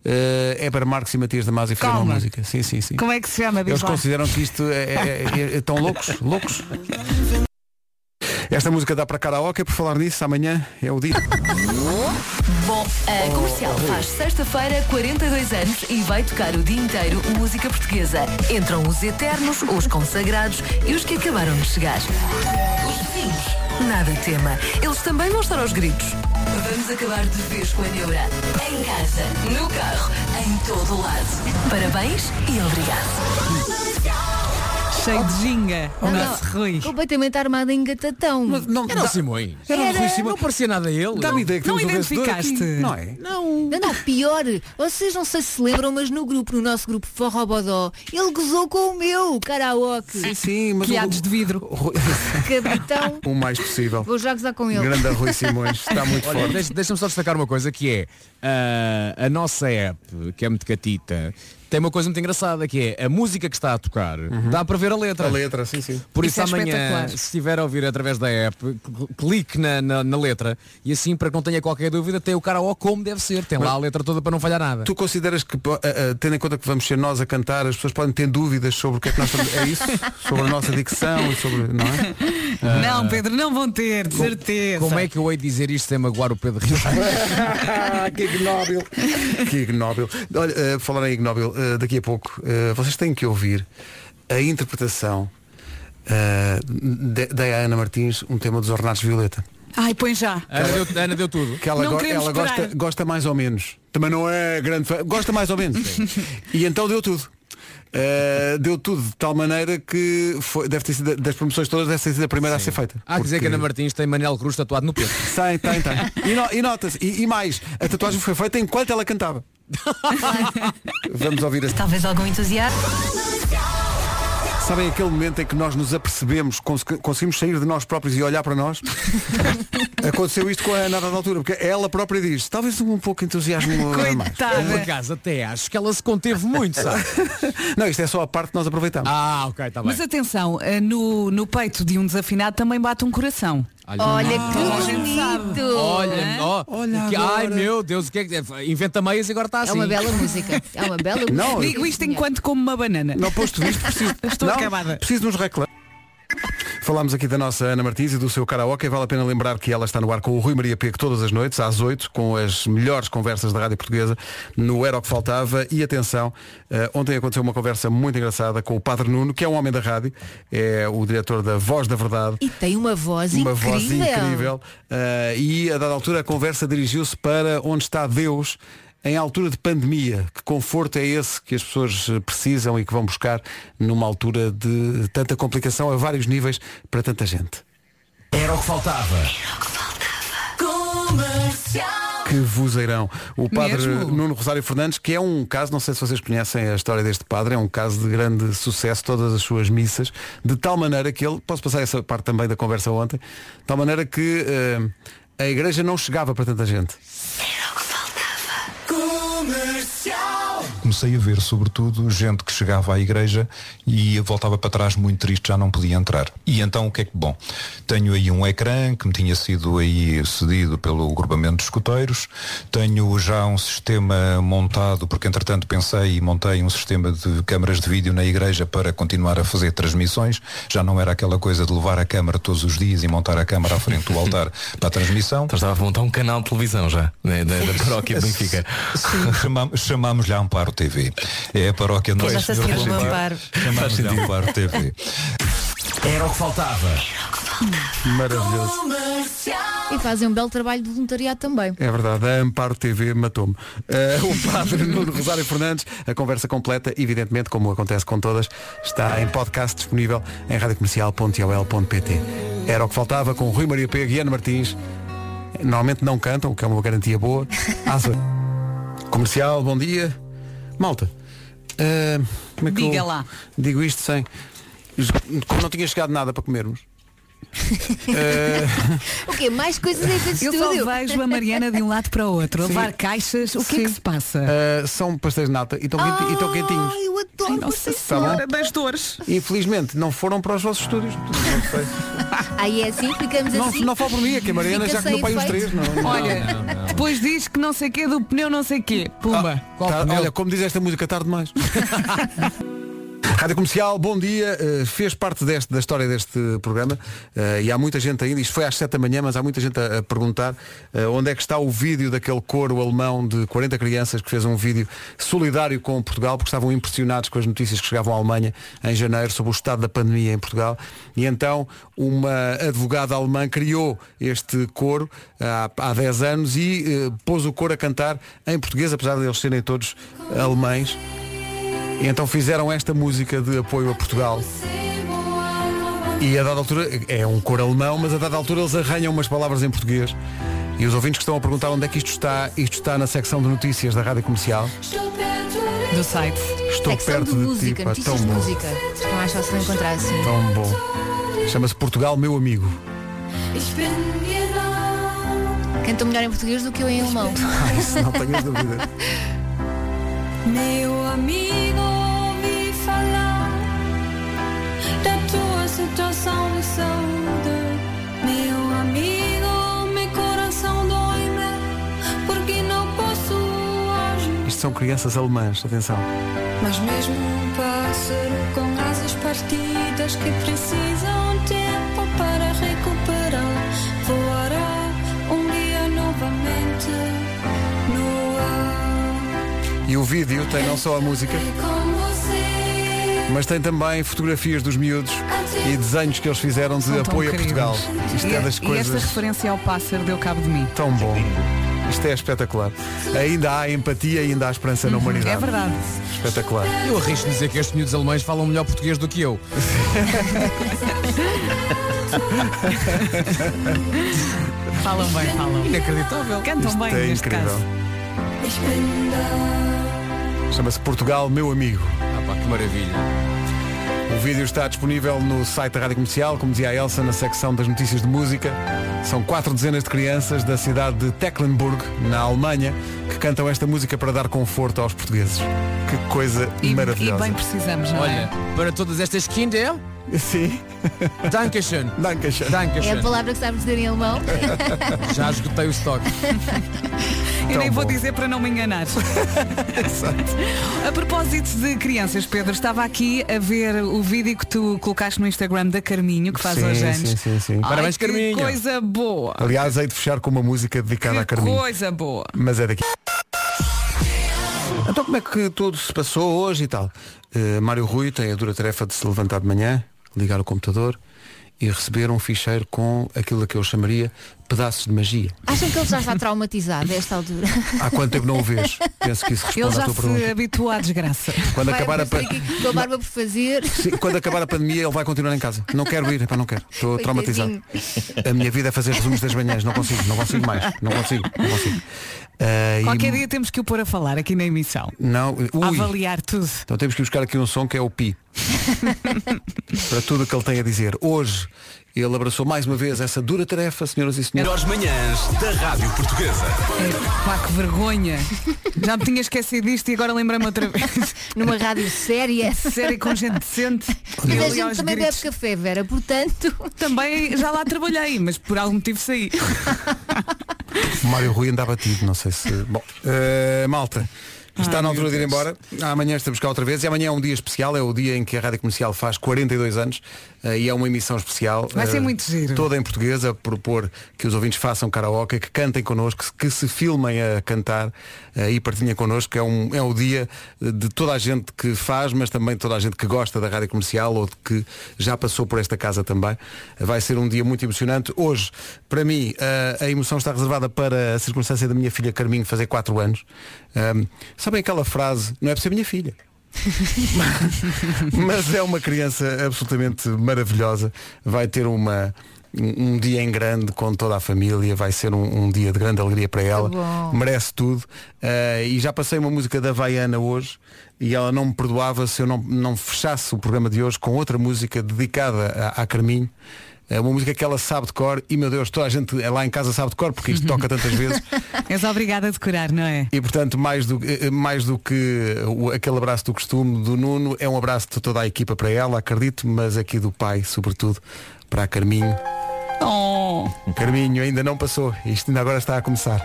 S1: eh, é para Marcos e Matias da Masi fizeram
S5: Calma.
S1: a música. Sim, sim, sim.
S5: Como é que se chama? Diz
S1: Eles
S5: lá.
S1: consideram que isto é, é, é- é tão loucos, loucos. Esta música dá para karaoke, por falar nisso, amanhã é o dia.
S10: Bom, a comercial faz sexta-feira 42 anos e vai tocar o dia inteiro música portuguesa. Entram os eternos, os consagrados e os que acabaram de chegar. Os vizinhos, nada tema. Eles também vão estar aos gritos. Vamos acabar de vez com a neura. Em casa, no carro, em todo o lado. Parabéns e obrigado.
S5: Cheio de ginga.
S7: Não,
S5: o
S7: não,
S5: nosso Rui.
S7: Completamente armado em gatatão.
S3: Era o Simões.
S7: Era,
S3: o Rui Simões. Não parecia nada a ele.
S1: Dá-me ideia que
S7: Não
S1: temos um vencedor aqui,
S7: identificaste.
S1: Não é?
S7: Não. Não, não, pior. Vocês não sei se se lembram, mas no grupo, no nosso grupo Forró Bodó, ele gozou com o meu karaoke.
S1: Sim, sim, mas Quiados
S5: de vidro.
S7: Cabetão.
S1: O mais possível.
S7: Vou já gozar com ele.
S1: Grande Rui Simões, está muito
S3: Olha,
S1: forte.
S3: deixa- Deixa-me só destacar uma coisa que é ah, a nossa app, que é muito catita, tem uma coisa muito engraçada que é a música que está a tocar, dá para ver Uhum. a letra.
S1: A letra, sim, sim.
S3: Por
S1: Isso é
S3: isso, amanhã,
S1: espetacular.
S3: se estiver a ouvir através da app, cl- clique na, na, na letra e assim, para que não tenha qualquer dúvida, tem o karaoke como deve ser. Tem lá a letra toda para não falhar nada.
S1: Tu consideras que, po- a- a- tendo em conta que vamos ser nós a cantar, as pessoas podem ter dúvidas sobre o que é que nós estamos. É isso? Sobre a nossa dicção, e sobre. Não é?
S5: Não, Pedro, não vão ter, de certeza.
S3: Como é que eu hei de dizer isto sem magoar o Pedro Ribeiro?
S1: que ignóbil. é? Que ignóbil. Olha, eh, por falar em ignóbil, eh, daqui a pouco eh, vocês têm que ouvir a interpretação eh, de- da Ana Martins, um tema dos Ornatos Violeta.
S5: Ai, põe já.
S3: Ana deu, Ana deu tudo.
S1: Que ela,
S5: Não
S1: go-
S5: queremos
S1: ela
S5: esperar.
S1: gosta, gosta mais ou menos. Também não é grande fã. Gosta mais ou menos. e então deu tudo. Uh, deu tudo de tal maneira que foi, deve ter sido das promoções todas deve ter sido a primeira a ser feita.
S3: Há que Ah, dizer que Ana Martins tem Manel Cruz tatuado no peito.
S1: Tem, tem, tem. E, no- e nota-se, e, e mais, a tatuagem foi feita enquanto ela cantava. Vamos ouvir
S5: Tá.
S1: a...
S10: Talvez algum entusiasmo.
S1: Sabem aquele momento em que nós nos apercebemos, cons- conseguimos sair de nós próprios e olhar para nós? Aconteceu isto com a Ana da altura, porque ela própria diz, talvez um pouco de entusiasmo a é mais.
S3: Eu, Por acaso até acho que ela se conteve muito, sabe?
S1: Não, isto é só a parte que nós aproveitamos.
S3: Ah, ok, está
S5: Mas atenção, eh, no, no peito de um desafinado também bate um coração.
S7: Olha
S1: Ah,
S5: Toda a
S7: que
S5: gente sabe.
S7: bonito! né?
S3: Olha, ó, o que- ai meu Deus, o que é que inventa meias e agora está assim.
S7: É uma bela música. É uma bela música.
S1: Não,
S5: Digo isto enquanto como uma banana.
S1: Não, posto isto, preciso,
S5: Estou
S1: não,
S5: acabada.
S1: preciso nos reclamar. Falámos aqui da nossa Ana Martins e do seu karaoke. Vale a pena lembrar que ela está no ar com o Rui Maria Pego todas as noites, às 8, com as melhores conversas da Rádio Portuguesa no Era o que Faltava. E atenção, eh, ontem aconteceu uma conversa muito engraçada com o Padre Nuno, que é um homem da rádio, é o diretor da Voz da Verdade.
S7: E tem uma voz
S1: uma
S7: incrível.
S1: voz incrível. Eh, e a dada altura a conversa dirigiu-se para onde está Deus em altura de pandemia. Que conforto é esse que as pessoas eh, precisam e que vão buscar numa altura de tanta complicação a vários níveis para tanta gente.
S3: Era o que faltava.
S1: Que vozeirão. O padre
S3: Mesmo?
S1: Nuno Rosário Fernandes, que é um caso, não sei se vocês conhecem a história deste padre, é um caso de grande sucesso, todas as suas missas, de tal maneira que ele, posso passar essa parte também da conversa ontem, de tal maneira que eh, a igreja não chegava para tanta gente.
S14: Comercial.
S15: Comecei a ver, sobretudo, gente que chegava à igreja e voltava para trás muito triste, já não podia entrar. E então o que é que, bom, tenho aí um ecrã que me tinha sido aí cedido pelo agrupamento de escuteiros, tenho já um sistema montado, porque entretanto pensei e montei um sistema de câmaras de vídeo na igreja para continuar a fazer transmissões, já não era aquela coisa de levar a câmara todos os dias e montar a câmara à frente do altar para a transmissão.
S16: Então estava a montar um canal de televisão já, né, da, da paróquia de Benfica.
S15: Sim, chamam- chamámos-lhe Amparo TV. É a paróquia
S16: Pois,
S15: nós.
S16: já se assina como Amparo.
S15: Chamámos-lhe
S16: Faz sentido.
S15: Amparo TV.
S3: Era o que faltava.
S1: Maravilhoso.
S7: E fazem um belo trabalho de voluntariado também.
S1: É verdade, a Amparo TV matou-me. Eh, o padre Nuno Rosário Fernandes, a conversa completa, evidentemente, como acontece com todas, está em podcast disponível em radiocomercial.ol.pt. Era o que faltava com Rui Maria Pego e Ana Martins. Normalmente não cantam, o que é uma garantia boa. Às oito. Comercial, bom dia. Malta, eh, como é que
S5: Diga
S1: eu
S5: lá.
S1: Digo isto sem. Como não tinha chegado nada para comermos. Eh,
S7: O quê? Mais coisas em todo
S5: Eu
S7: estúdio?
S5: só vejo a Mariana de um lado para o outro, a
S1: Sim.
S5: levar caixas. O que é que se passa?
S1: eh, são pastéis de nata e estão quenti- e estão quentinhos.
S7: eu adoro
S1: Nossa Senhora
S5: das dores.
S1: Infelizmente, não foram para os vossos estúdios. Não sei.
S7: Aí é assim, ficamos
S1: Não,
S7: assim.
S1: não falo por mim, é que a Mariana
S7: Fica
S1: já comeu
S7: sem
S1: para aí uns
S7: efeito.
S1: três, não- é? não-
S5: Olha, depois diz que não sei quê do pneu não sei quê.
S3: Ah,
S5: Pumba.
S1: Tá- olha, como diz esta música, tarde demais. Rádio Comercial, bom dia. Eh, fez parte deste, da história deste programa eh, e há muita gente ainda, isto foi às 7 da manhã, mas há muita gente a, a perguntar eh, onde é que está o vídeo daquele coro alemão de 40 crianças que fez um vídeo solidário com Portugal porque estavam impressionados com as notícias que chegavam à Alemanha em janeiro sobre o estado da pandemia em Portugal. E então uma advogada alemã criou este coro há, há 10 anos e eh, pôs o coro a cantar em português, apesar de eles serem todos alemães. E então fizeram esta música de apoio a Portugal. E a dada altura, é um cor alemão, mas a dada altura eles arranham umas palavras em português. E os ouvintes que estão a perguntar onde é que isto está, isto está na secção de notícias da Rádio Comercial. Ah.
S5: Do site.
S1: Estou
S7: Secção
S1: perto
S7: de
S1: de
S7: música,
S1: ti, pá,
S7: notícias
S1: tão
S7: de
S1: bom.
S7: música. Não acho fácil encontrar assim.
S1: Tão bom. Chama-se Portugal, meu amigo.
S7: Cantam melhor em português do que eu em alemão.
S1: Ah, isso não tenhas dúvida.
S17: Meu amigo, ouvi falar da tua situação de saúde. Meu amigo, meu coração dói-me porque não posso hoje.
S1: Isto são crianças alemãs, atenção.
S17: Mas mesmo um pássaro com asas partidas que precisam tempo para recuperar, voará um dia novamente no ar.
S1: E o vídeo tem não só a música,
S17: Com você.
S1: Mas tem também fotografias dos miúdos e desenhos que eles fizeram de
S5: São tão
S1: apoio a
S5: queridos.
S1: Portugal. Isto
S5: e,
S1: é das
S5: e esta
S1: coisas
S5: referência ao pássaro deu cabo de mim.
S1: tão bom. Isto é espetacular. Ainda há empatia, ainda há esperança na humanidade.
S5: É verdade.
S1: Espetacular.
S3: Eu arrisco dizer que estes miúdos alemães falam melhor português do que eu.
S5: falam bem, falam.
S3: Inacreditável.
S5: Cantam
S1: Isto
S5: bem
S1: é
S5: neste
S1: incrível.
S5: caso.
S1: Chama-se Portugal, meu amigo.
S3: Ah pá, que maravilha.
S1: O vídeo está disponível no site da Rádio Comercial, como dizia a Elsa, na secção das notícias de música. São quatro dezenas de crianças da cidade de Tecklenburg, na Alemanha, que cantam esta música para dar conforto aos portugueses. Que coisa maravilhosa.
S5: precisamos,
S16: é?
S5: não é?
S3: Olha, para todas estas Kinder...
S1: Sim. um
S3: Dankeschön.
S1: Dankeschön.
S7: É a palavra que sabe dizer em alemão.
S3: Já esgotei o estoque.
S5: Eu
S3: Tão
S5: nem vou
S3: bom.
S5: dizer para não me enganar. a propósito de crianças, Pedro, estava aqui a ver o vídeo que tu colocaste no Instagram da Carminho, que faz
S1: Sim,
S5: hoje
S1: sim,
S5: anos. Ah.
S1: sim, sim.
S5: Ai,
S1: Parabéns,
S5: que
S1: Carminho.
S5: coisa boa.
S1: Aliás, hei de fechar com uma música dedicada à Carminho.
S5: Coisa boa.
S1: Mas é daqui. Então como é que tudo se passou hoje e tal? Eh, Mário Rui tem a dura tarefa de se levantar de manhã, ligar o computador e receber um ficheiro com aquilo que eu chamaria pedaços de magia.
S7: Acham que ele já está traumatizado a esta altura?
S1: Há quanto tempo não o vês? Penso que isso responde
S5: Ele
S1: à
S5: já
S1: tua
S5: se
S1: pergunta.
S5: habituou à desgraça.
S1: Quando acabar a pa-
S7: Tem aqui com a barba por fazer.
S1: Sim, quando acabar a pandemia ele vai continuar em casa. Não quero ir, epá, não quero. Estou traumatizado. A minha vida é fazer resumos das manhãs, não consigo, não consigo mais, não consigo, não consigo. Eh, e-
S5: Qualquer dia temos que o pôr a falar aqui na emissão.
S1: Não, ui.
S5: Avaliar tudo.
S1: Então temos que buscar aqui um som que é o Pi. Para tudo o que ele tem a dizer. Hoje ele abraçou mais uma vez essa dura tarefa, senhoras e senhores.
S18: Melhores manhãs da Rádio Portuguesa.
S5: É, pá, que vergonha. Já me tinha esquecido disto e agora lembrei-me outra vez.
S7: Numa rádio séria.
S5: Séria com gente decente.
S7: Mas
S5: Eu
S7: a
S5: ali
S7: gente
S5: aos
S7: também
S5: gritos.
S7: bebe café, Vera, portanto.
S5: Também já lá trabalhei, mas por algum motivo saí.
S1: Mário Rui andava tido, não sei se. Bom, eh, malta. Está na altura de ir embora. Amanhã estamos cá outra vez. E amanhã é um dia especial. É o dia em que a Rádio Comercial faz 42 anos. eh, e é uma emissão especial.
S5: Vai ser
S1: eh,
S5: muito giro.
S1: Toda em português. A propor que os ouvintes façam karaoke, que cantem connosco, que se filmem a cantar eh, e partilhem connosco. É, um, é o dia de toda a gente que faz, mas também de toda a gente que gosta da Rádio Comercial ou de que já passou por esta casa também. Vai ser um dia muito emocionante. Hoje, para mim, eh, a emoção está reservada para a circunstância da minha filha Carminho fazer 4 anos. Ahm, sabem aquela frase, não é para ser minha filha. Mas é uma criança absolutamente maravilhosa. Vai ter uma, um um dia em grande com toda a família. Vai ser um, um dia de grande alegria para ela.
S19: bom.
S1: Merece tudo. Eh, e já passei uma música da Vaiana hoje e ela não me perdoava se eu não, não fechasse o programa de hoje com outra música dedicada a, a Carminho. É uma música que ela sabe de cor e, meu Deus, toda a gente lá em casa sabe de cor porque isto toca tantas vezes.
S5: És obrigada a decorar, não é?
S1: E portanto, mais do, eh, mais do que o- aquele abraço do costume do Nuno, é um abraço de toda a equipa para ela, acredito, mas aqui do pai, sobretudo, para a Carminho.
S5: Oh.
S1: Carminho, ainda não passou, isto ainda agora está a começar.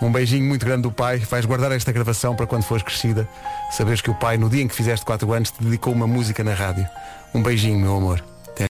S1: Um beijinho muito grande do pai, vais guardar esta gravação para quando fores crescida, saberes que o pai, no dia em que fizeste 4 anos, te dedicou uma música na rádio. Um beijinho, meu amor.